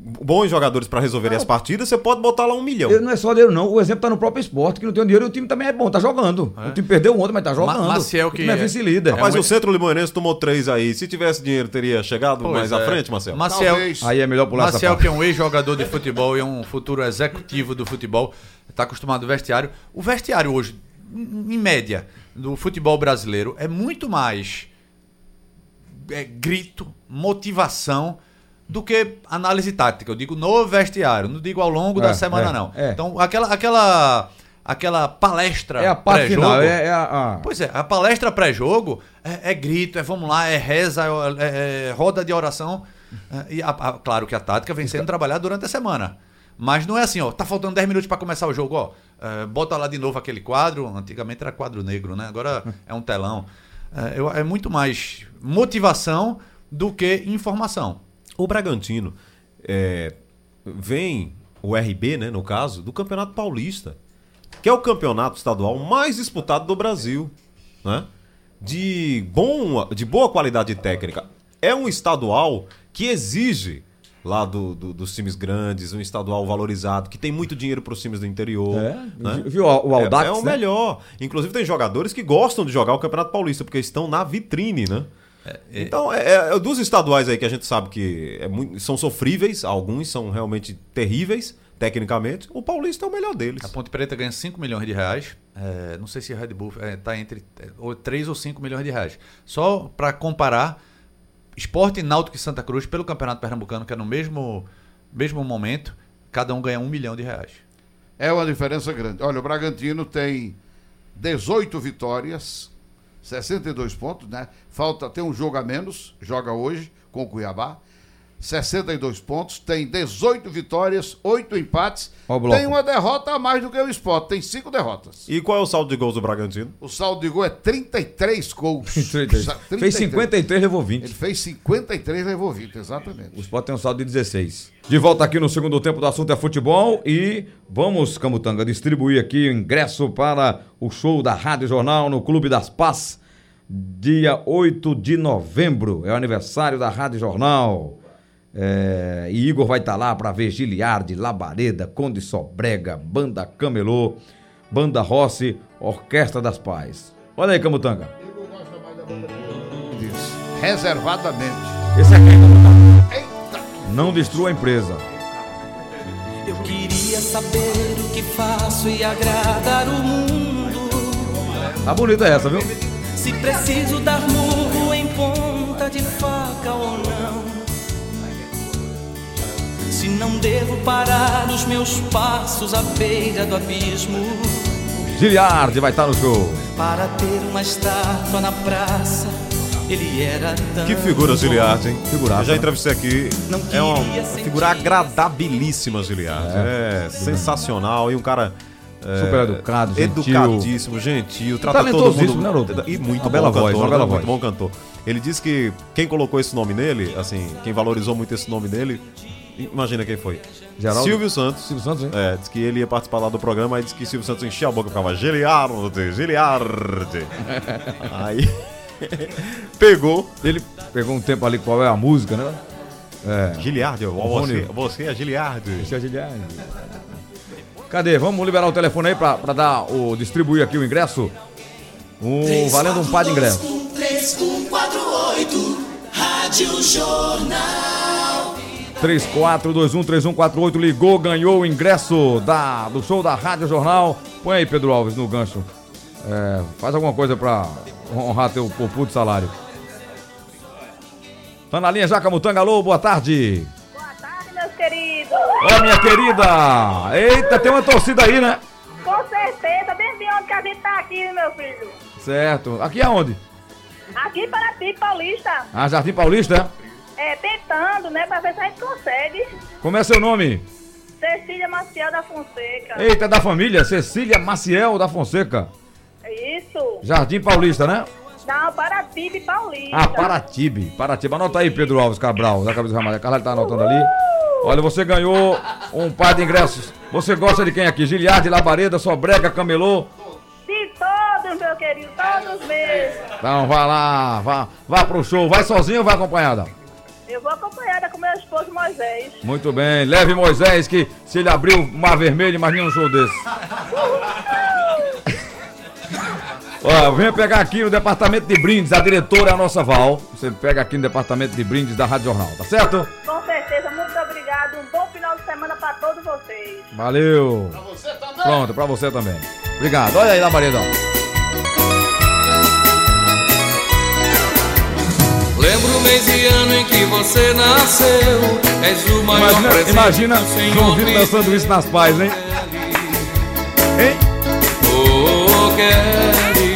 F: bons jogadores pra resolverem as partidas, você pode botar lá um milhão.
C: Eu- Não é só dinheiro não, o exemplo tá no próprio esporte, que não tem dinheiro e o time também é bom, tá jogando. O time perdeu ontem, mas tá jogando.
E: Maciel
C: o
E: que
C: time é
E: é-
C: vice-líder.
F: Rapaz,
E: É um-
F: o Centro Limoeirense tomou três aí. Se tivesse dinheiro, teria chegado
E: Pois
F: mais à
E: é.
F: frente, Marcelo?
E: Maciel,
D: Talvez.
C: Aí é melhor pular
E: Marcel,
C: essa parte.
E: que é um ex-jogador de futebol e é um futuro executivo do futebol, está acostumado ao vestiário. O vestiário hoje, em em média, do futebol brasileiro é muito mais é, grito, motivação do que análise tática. Eu digo no vestiário, não digo ao longo
C: É,
E: da semana,
C: é,
E: não.
C: é.
E: Então, aquela, aquela, aquela palestra
C: É a parte
E: pré-jogo,
C: final, é, é a... a-
E: Pois é, a palestra pré-jogo é, é grito, é vamos lá, é reza, é, é roda de oração. É, e a- a- claro que a tática vem sendo trabalhada durante a semana. Mas não é assim, ó, tá faltando 10 minutos para começar o jogo, ó. é, bota lá de novo aquele quadro. Antigamente era quadro negro, né? Agora é um telão. É, eu- é muito mais motivação do que informação.
F: O Bragantino é, vem, o RB, né, no caso, do Campeonato Paulista, que é o campeonato estadual mais disputado do Brasil, né? De, bom, de boa qualidade técnica. É um estadual que exige lá do, do- dos times grandes, um estadual valorizado, que tem muito dinheiro para os times do interior.
C: É,
F: né?
C: viu o Audax,
F: É, é o
C: né?
F: melhor. Inclusive tem jogadores que gostam de jogar o Campeonato Paulista, porque estão na vitrine, né? Então, é, é, dos estaduais aí que a gente sabe que é muito- são sofríveis, alguns são realmente terríveis, tecnicamente, o Paulista é o melhor deles.
E: A Ponte Preta ganha 5 milhões de reais. É, não sei se Red Bull está entre 3 ou 5 milhões de reais. Só para comparar, Esporte, Náutico e Santa Cruz, pelo Campeonato Pernambucano, que é no mesmo, mesmo momento, cada um ganha 1 milhão de reais.
D: É uma diferença grande. Olha, o Bragantino tem 18 vitórias, 62 pontos, né? Falta ter um jogo a menos, joga hoje com o Cuiabá. 62 pontos, tem 18 vitórias, 8 empates,
C: Ó o bloco.
D: tem uma derrota a mais do que o Sport, tem 5 derrotas.
F: E qual é o saldo de gols do Bragantino?
D: O saldo de gol é 33 gols.
C: 33.
D: Sa-
C: Fez
D: 33.
C: 53, levou 20.
D: Ele fez 53 revolvidos,
C: O
D: exatamente.
C: Sport tem um saldo de 16. De volta aqui no segundo tempo do assunto é futebol e vamos, Camutanga, distribuir aqui o ingresso para o show da Rádio Jornal no Clube das Paz, dia 8 de novembro. É o aniversário da Rádio Jornal. É, e Igor vai estar lá para ver Giliardi, Labareda, Conde Sobrega, Banda Camelô, Banda Rossi, Orquestra das Paz. Olha aí, Camutanga.
D: Diz, reservadamente.
C: Esse aqui é Camutanga.
D: Eita!
C: Não destrua a empresa.
B: Eu queria saber o que faço e agradar o mundo.
C: Tá bonita essa, viu?
B: Se preciso dar murro em ponta de faca ou não. Se não devo parar os meus passos à beira do abismo.
C: Giliardi vai estar no show.
B: Para ter uma estátua na praça, ele era tão.
F: Que figura, Giliarte, hein?
C: Figuraça.
F: Eu já entrevistei aqui.
B: Não
F: É uma
B: queria
F: figura
B: sentir-
F: agradabilíssima, Giliarte. É, sensacional. E um cara. é,
C: Super educado, gentil.
F: Educadíssimo, gentil. Trata todo mundo.
C: Talentosíssimo, né, Haroldo?
F: E muito
C: Uma
F: bom
C: bela voz,
F: cantor,
C: uma bela
F: né?
C: voz.
F: Muito bom cantor. Ele disse que quem colocou esse nome nele, assim, quem valorizou muito esse nome nele, imagina quem foi.
C: Geraldo?
F: Silvio Santos.
C: Silvio Santos, hein?
F: É, disse que ele ia participar lá do programa, aí disse que Silvio Santos enchia a boca e ficava Giliardi, Giliardi. aí pegou, ele
C: Pegou um tempo ali qual é a música, né?
F: Giliardi, ó, você, você é Giliardi.
C: Cadê? Vamos liberar o telefone aí pra, pra dar o. distribuir aqui o ingresso. Um, valendo um par de ingresso.
B: 3148 Rádio Jornal.
C: 34213148 ligou, ganhou o ingresso da, do show da Rádio Jornal. Põe aí, Pedro Alves, no gancho. É, faz alguma coisa pra honrar teu popudo salário. Tá na linha já, Camutanga. Alô, boa tarde.
G: Boa tarde, meus queridos.
C: Ó, minha querida. Eita, tem uma torcida aí, né?
G: Com certeza, bem de onde que a gente tá aqui, meu filho.
C: Certo. Aqui aonde?
G: Aqui para ti, Paulista,
C: Ah, Jardim Paulista?
G: é, tentando, né, pra ver se a gente consegue.
C: Como é seu nome?
G: Cecília Maciel da Fonseca.
C: Eita, é da família Cecília Maciel da Fonseca.
G: Isso.
C: Jardim Paulista, né?
G: Não, para ti de Paulista.
C: Ah, Paratibe. Paratibe. Anota aí, Pedro Alves Cabral, da cabeça armada. Carla tá anotando ali. Olha, você ganhou um par de ingressos. Você gosta de quem aqui? Giliardi, Labareda, Sobrega, Camelô.
G: De todos, meu querido, todos mesmo.
C: Então, vá lá, vá, vá pro show. Vai sozinho ou vai acompanhada?
G: Eu vou acompanhada com meu esposo Moisés.
C: Muito bem. Leve Moisés, que se ele abriu o mar vermelho, imagina um show desse. Ó, venha pegar aqui no departamento de brindes. A diretora é a nossa Val. Você pega aqui no departamento de brindes da Rádio Jornal, tá certo?
G: Com certeza, muito obrigado. Um bom final de semana para todos vocês.
C: Valeu.
D: Você também.
C: Pronto, pra você também. Obrigado. Olha aí, Labaredão.
H: Lembro o mês e ano em que você nasceu. És o maior
C: Imagina,
H: presente
C: imagina
D: um
H: que o Senhor
C: João
H: me
C: Vitor dançando isso nas paz, hein? Hein?
H: Oh, Kelly,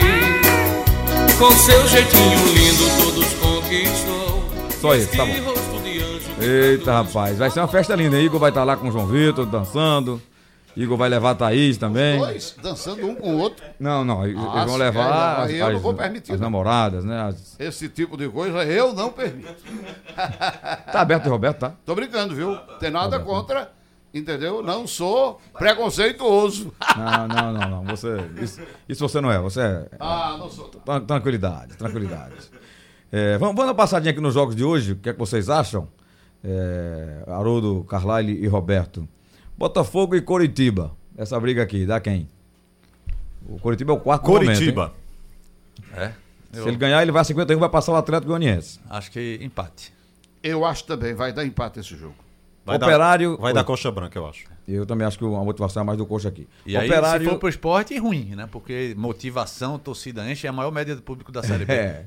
H: com seu jeitinho lindo todos conquistou.
C: Só isso, tá bom.
H: Esse rosto de anjo
C: Eita, rapaz. Vai ser uma festa linda. Igor vai estar lá com o João Vitor dançando. Igor vai levar a Thaís também.
D: Dois dançando um com o outro.
C: Não, não. Eles
D: Ah,
C: vão
D: se
C: levar
D: quer,
C: as,
D: aí eu não
C: as-
D: vou permitir,
C: as
D: não.
C: namoradas, né? As-
D: Esse tipo de coisa eu não permito.
C: Tá aberto, Roberto, tá?
D: Tô brincando, viu? Tem nada contra, entendeu? Não sou preconceituoso.
C: Não, não, não, não. Você, isso, isso você não é. Você é
D: Ah, não sou.
C: Tran- Tranquilidade, tranquilidade. É, vamos, vamos dar uma passadinha aqui nos jogos de hoje. O que é que vocês acham? É, Haroldo, Carlyle e Roberto. Botafogo e Coritiba. Essa briga aqui, dá quem? O Coritiba é o quarto do momento,
F: Coritiba.
E: É?
C: hein? Se ele ganhar, ele vai a 51 vai passar o Atlético Goianiense.
E: Acho que empate.
D: Eu acho também, vai dar empate esse jogo.
C: Operário-
F: Dar, vai dar coxa branca, eu acho.
C: Eu também acho que o- a motivação é mais do coxa aqui.
E: E aí, se for pro esporte, ruim, né? Porque motivação, torcida enche, é a maior média do público da Série B.
C: É.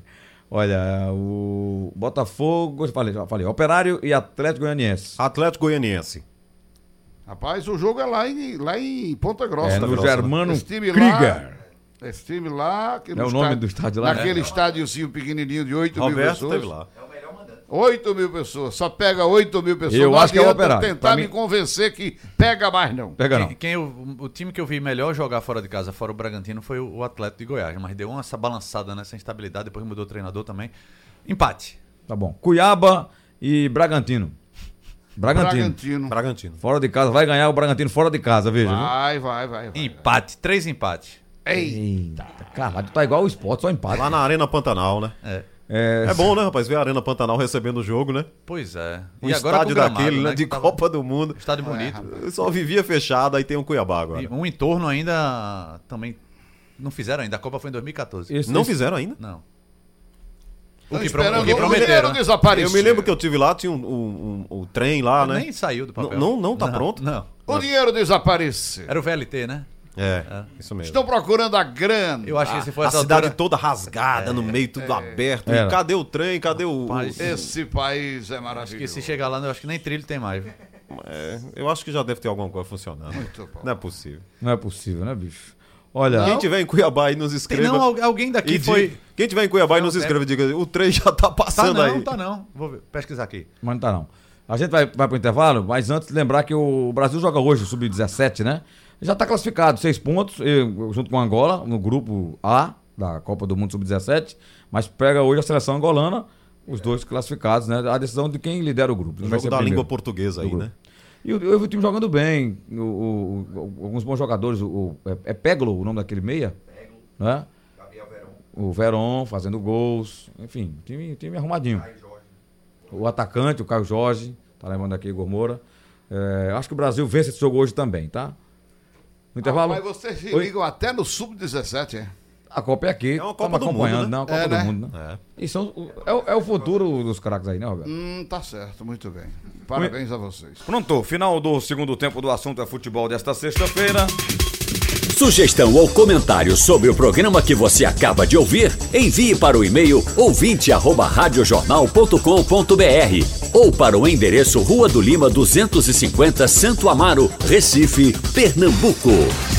C: Olha, o Botafogo, já falei, já falei, Operário e Atlético Goianiense.
F: Atlético Goianiense.
D: Rapaz, o jogo é lá em, lá em Ponta Grossa.
C: É, no
D: Grossa, né?
C: Germano
D: Esse time
C: Krieger.
D: Lá, esse time lá... Que
C: É
D: no
C: o nome do estádio lá,
D: Naquele
C: né?
D: estádiozinho pequenininho de 8 mil
F: Roberto
D: pessoas.
F: esteve lá.
D: 8 mil pessoas, só pega 8 mil pessoas.
C: Eu
D: não
C: acho que é o
D: adianta
C: Operário.
D: tentar
C: Pra
D: me
C: mim-
D: convencer que pega mais, não.
C: Pega
E: Quem,
C: não.
E: quem eu- o time que eu vi melhor jogar fora de casa, fora o Bragantino, foi o, o Atlético de Goiás. Mas deu uma essa balançada nessa instabilidade, depois mudou o treinador também. Empate.
C: Tá bom. Cuiaba e Bragantino. Bragantino.
D: Bragantino.
F: Bragantino.
C: Fora de casa, vai ganhar o Bragantino fora de casa, veja. viu?
D: Vai, vai, vai. vai.
E: Empate. Três empates.
D: Ei,
C: Eita, caralho, tá igual o esporte, só empate.
F: Lá na Arena Pantanal, né?
E: É.
C: É,
F: É bom, né, rapaz? Ver a Arena Pantanal recebendo o jogo, né?
E: Pois é.
F: O
E: com
F: estádio
E: o gramado,
F: daquele, né?
E: que
F: De
E: tava-
F: Copa do Mundo. Ah,
E: Estádio bonito.
F: Só vivia fechado, aí tem o Cuiabá
E: E
F: agora.
E: um entorno ainda também não fizeram ainda. A Copa foi em 2014.
C: esse-
F: Não
C: esse-
F: fizeram ainda?
E: Não. O
D: tão
E: que, pro-
D: esperando
E: o que
D: o
E: prometeram.
D: Mineiro
E: né?
D: desaparecer.
F: Eu me lembro que eu tive lá, tinha um, um- um- um trem lá, né?
E: Ah, Nem saiu do papel.
F: Não- não- não tá pronto?
E: Não.
D: O dinheiro desapareceu.
E: Era o VLT, né?
F: É, isso mesmo.
D: Estão procurando a grana.
E: Eu acho que se for
F: Ah, a
E: essa
F: cidade
E: altura-
F: toda rasgada, no meio, tudo aberto.
C: Era.
F: E cadê o trem? Cadê o.
E: Rapaz,
F: o-
D: Esse país é
E: Acho que
D: maravilhoso.
E: se chegar lá, eu acho que nem trilho tem mais. viu?
F: É, eu acho que já deve ter alguma coisa funcionando.
D: Muito bom.
F: Não é possível.
C: Não é possível, né, bicho? Olha,
F: Quem tiver em Cuiabá aí nos
E: Tem,
F: escreva.
E: não, al- alguém
F: e
E: daqui
F: di-
E: foi.
F: Quem tiver em Cuiabá e nos
E: Não,
F: escreva, diga, o trem já tá
E: Tá
F: passando
E: não,
F: aí.
E: tá não. Vou ver- pesquisar aqui.
C: mas não tá não. A gente vai, vai pro intervalo, mas antes lembrar que o Brasil joga hoje o Sub-17, né? Já tá classificado, seis pontos, eh, junto com Angola, no grupo A da Copa do Mundo Sub-17, mas pega hoje a seleção angolana, os dois classificados, né? A decisão de quem lidera o grupo.
F: O
C: quem vai
F: jogo
C: ser
F: da
C: primeiro. Uhum.
F: língua portuguesa aí,
C: do
F: né?
C: grupo. E eu, eu vi o time jogando bem. o- o- o- alguns bons jogadores. O, o- é, é Peglo o nome daquele meia? Peglo. Né? O Veron fazendo gols. Enfim, time, time arrumadinho. O atacante, o Caio Jorge. Tá lembrando aqui, Igor Moura. É, acho que o Brasil vence esse jogo hoje também, tá? No intervalo.
F: Ah,
D: Mas vocês se
C: Oi?
D: ligam até no Sub-17, hein?
C: A Copa é aqui.
F: É uma Copa
C: Tamo
F: do Mundo,
C: acompanhando,
F: né?
C: não, a Copa
D: É,
C: do
D: né?
C: Mundo, né? E são, o- é, o- é o futuro dos craques aí, né, Roberto?
D: Hum, tá certo, muito bem. Parabéns a vocês.
C: Pronto, final do segundo tempo do assunto é futebol desta sexta-feira.
A: Sugestão ou comentário sobre o programa que você acaba de ouvir, envie para o e-mail ouvinte@radiojornal.com.br ou para o endereço Rua do Lima 250, Santo Amaro, Recife, Pernambuco.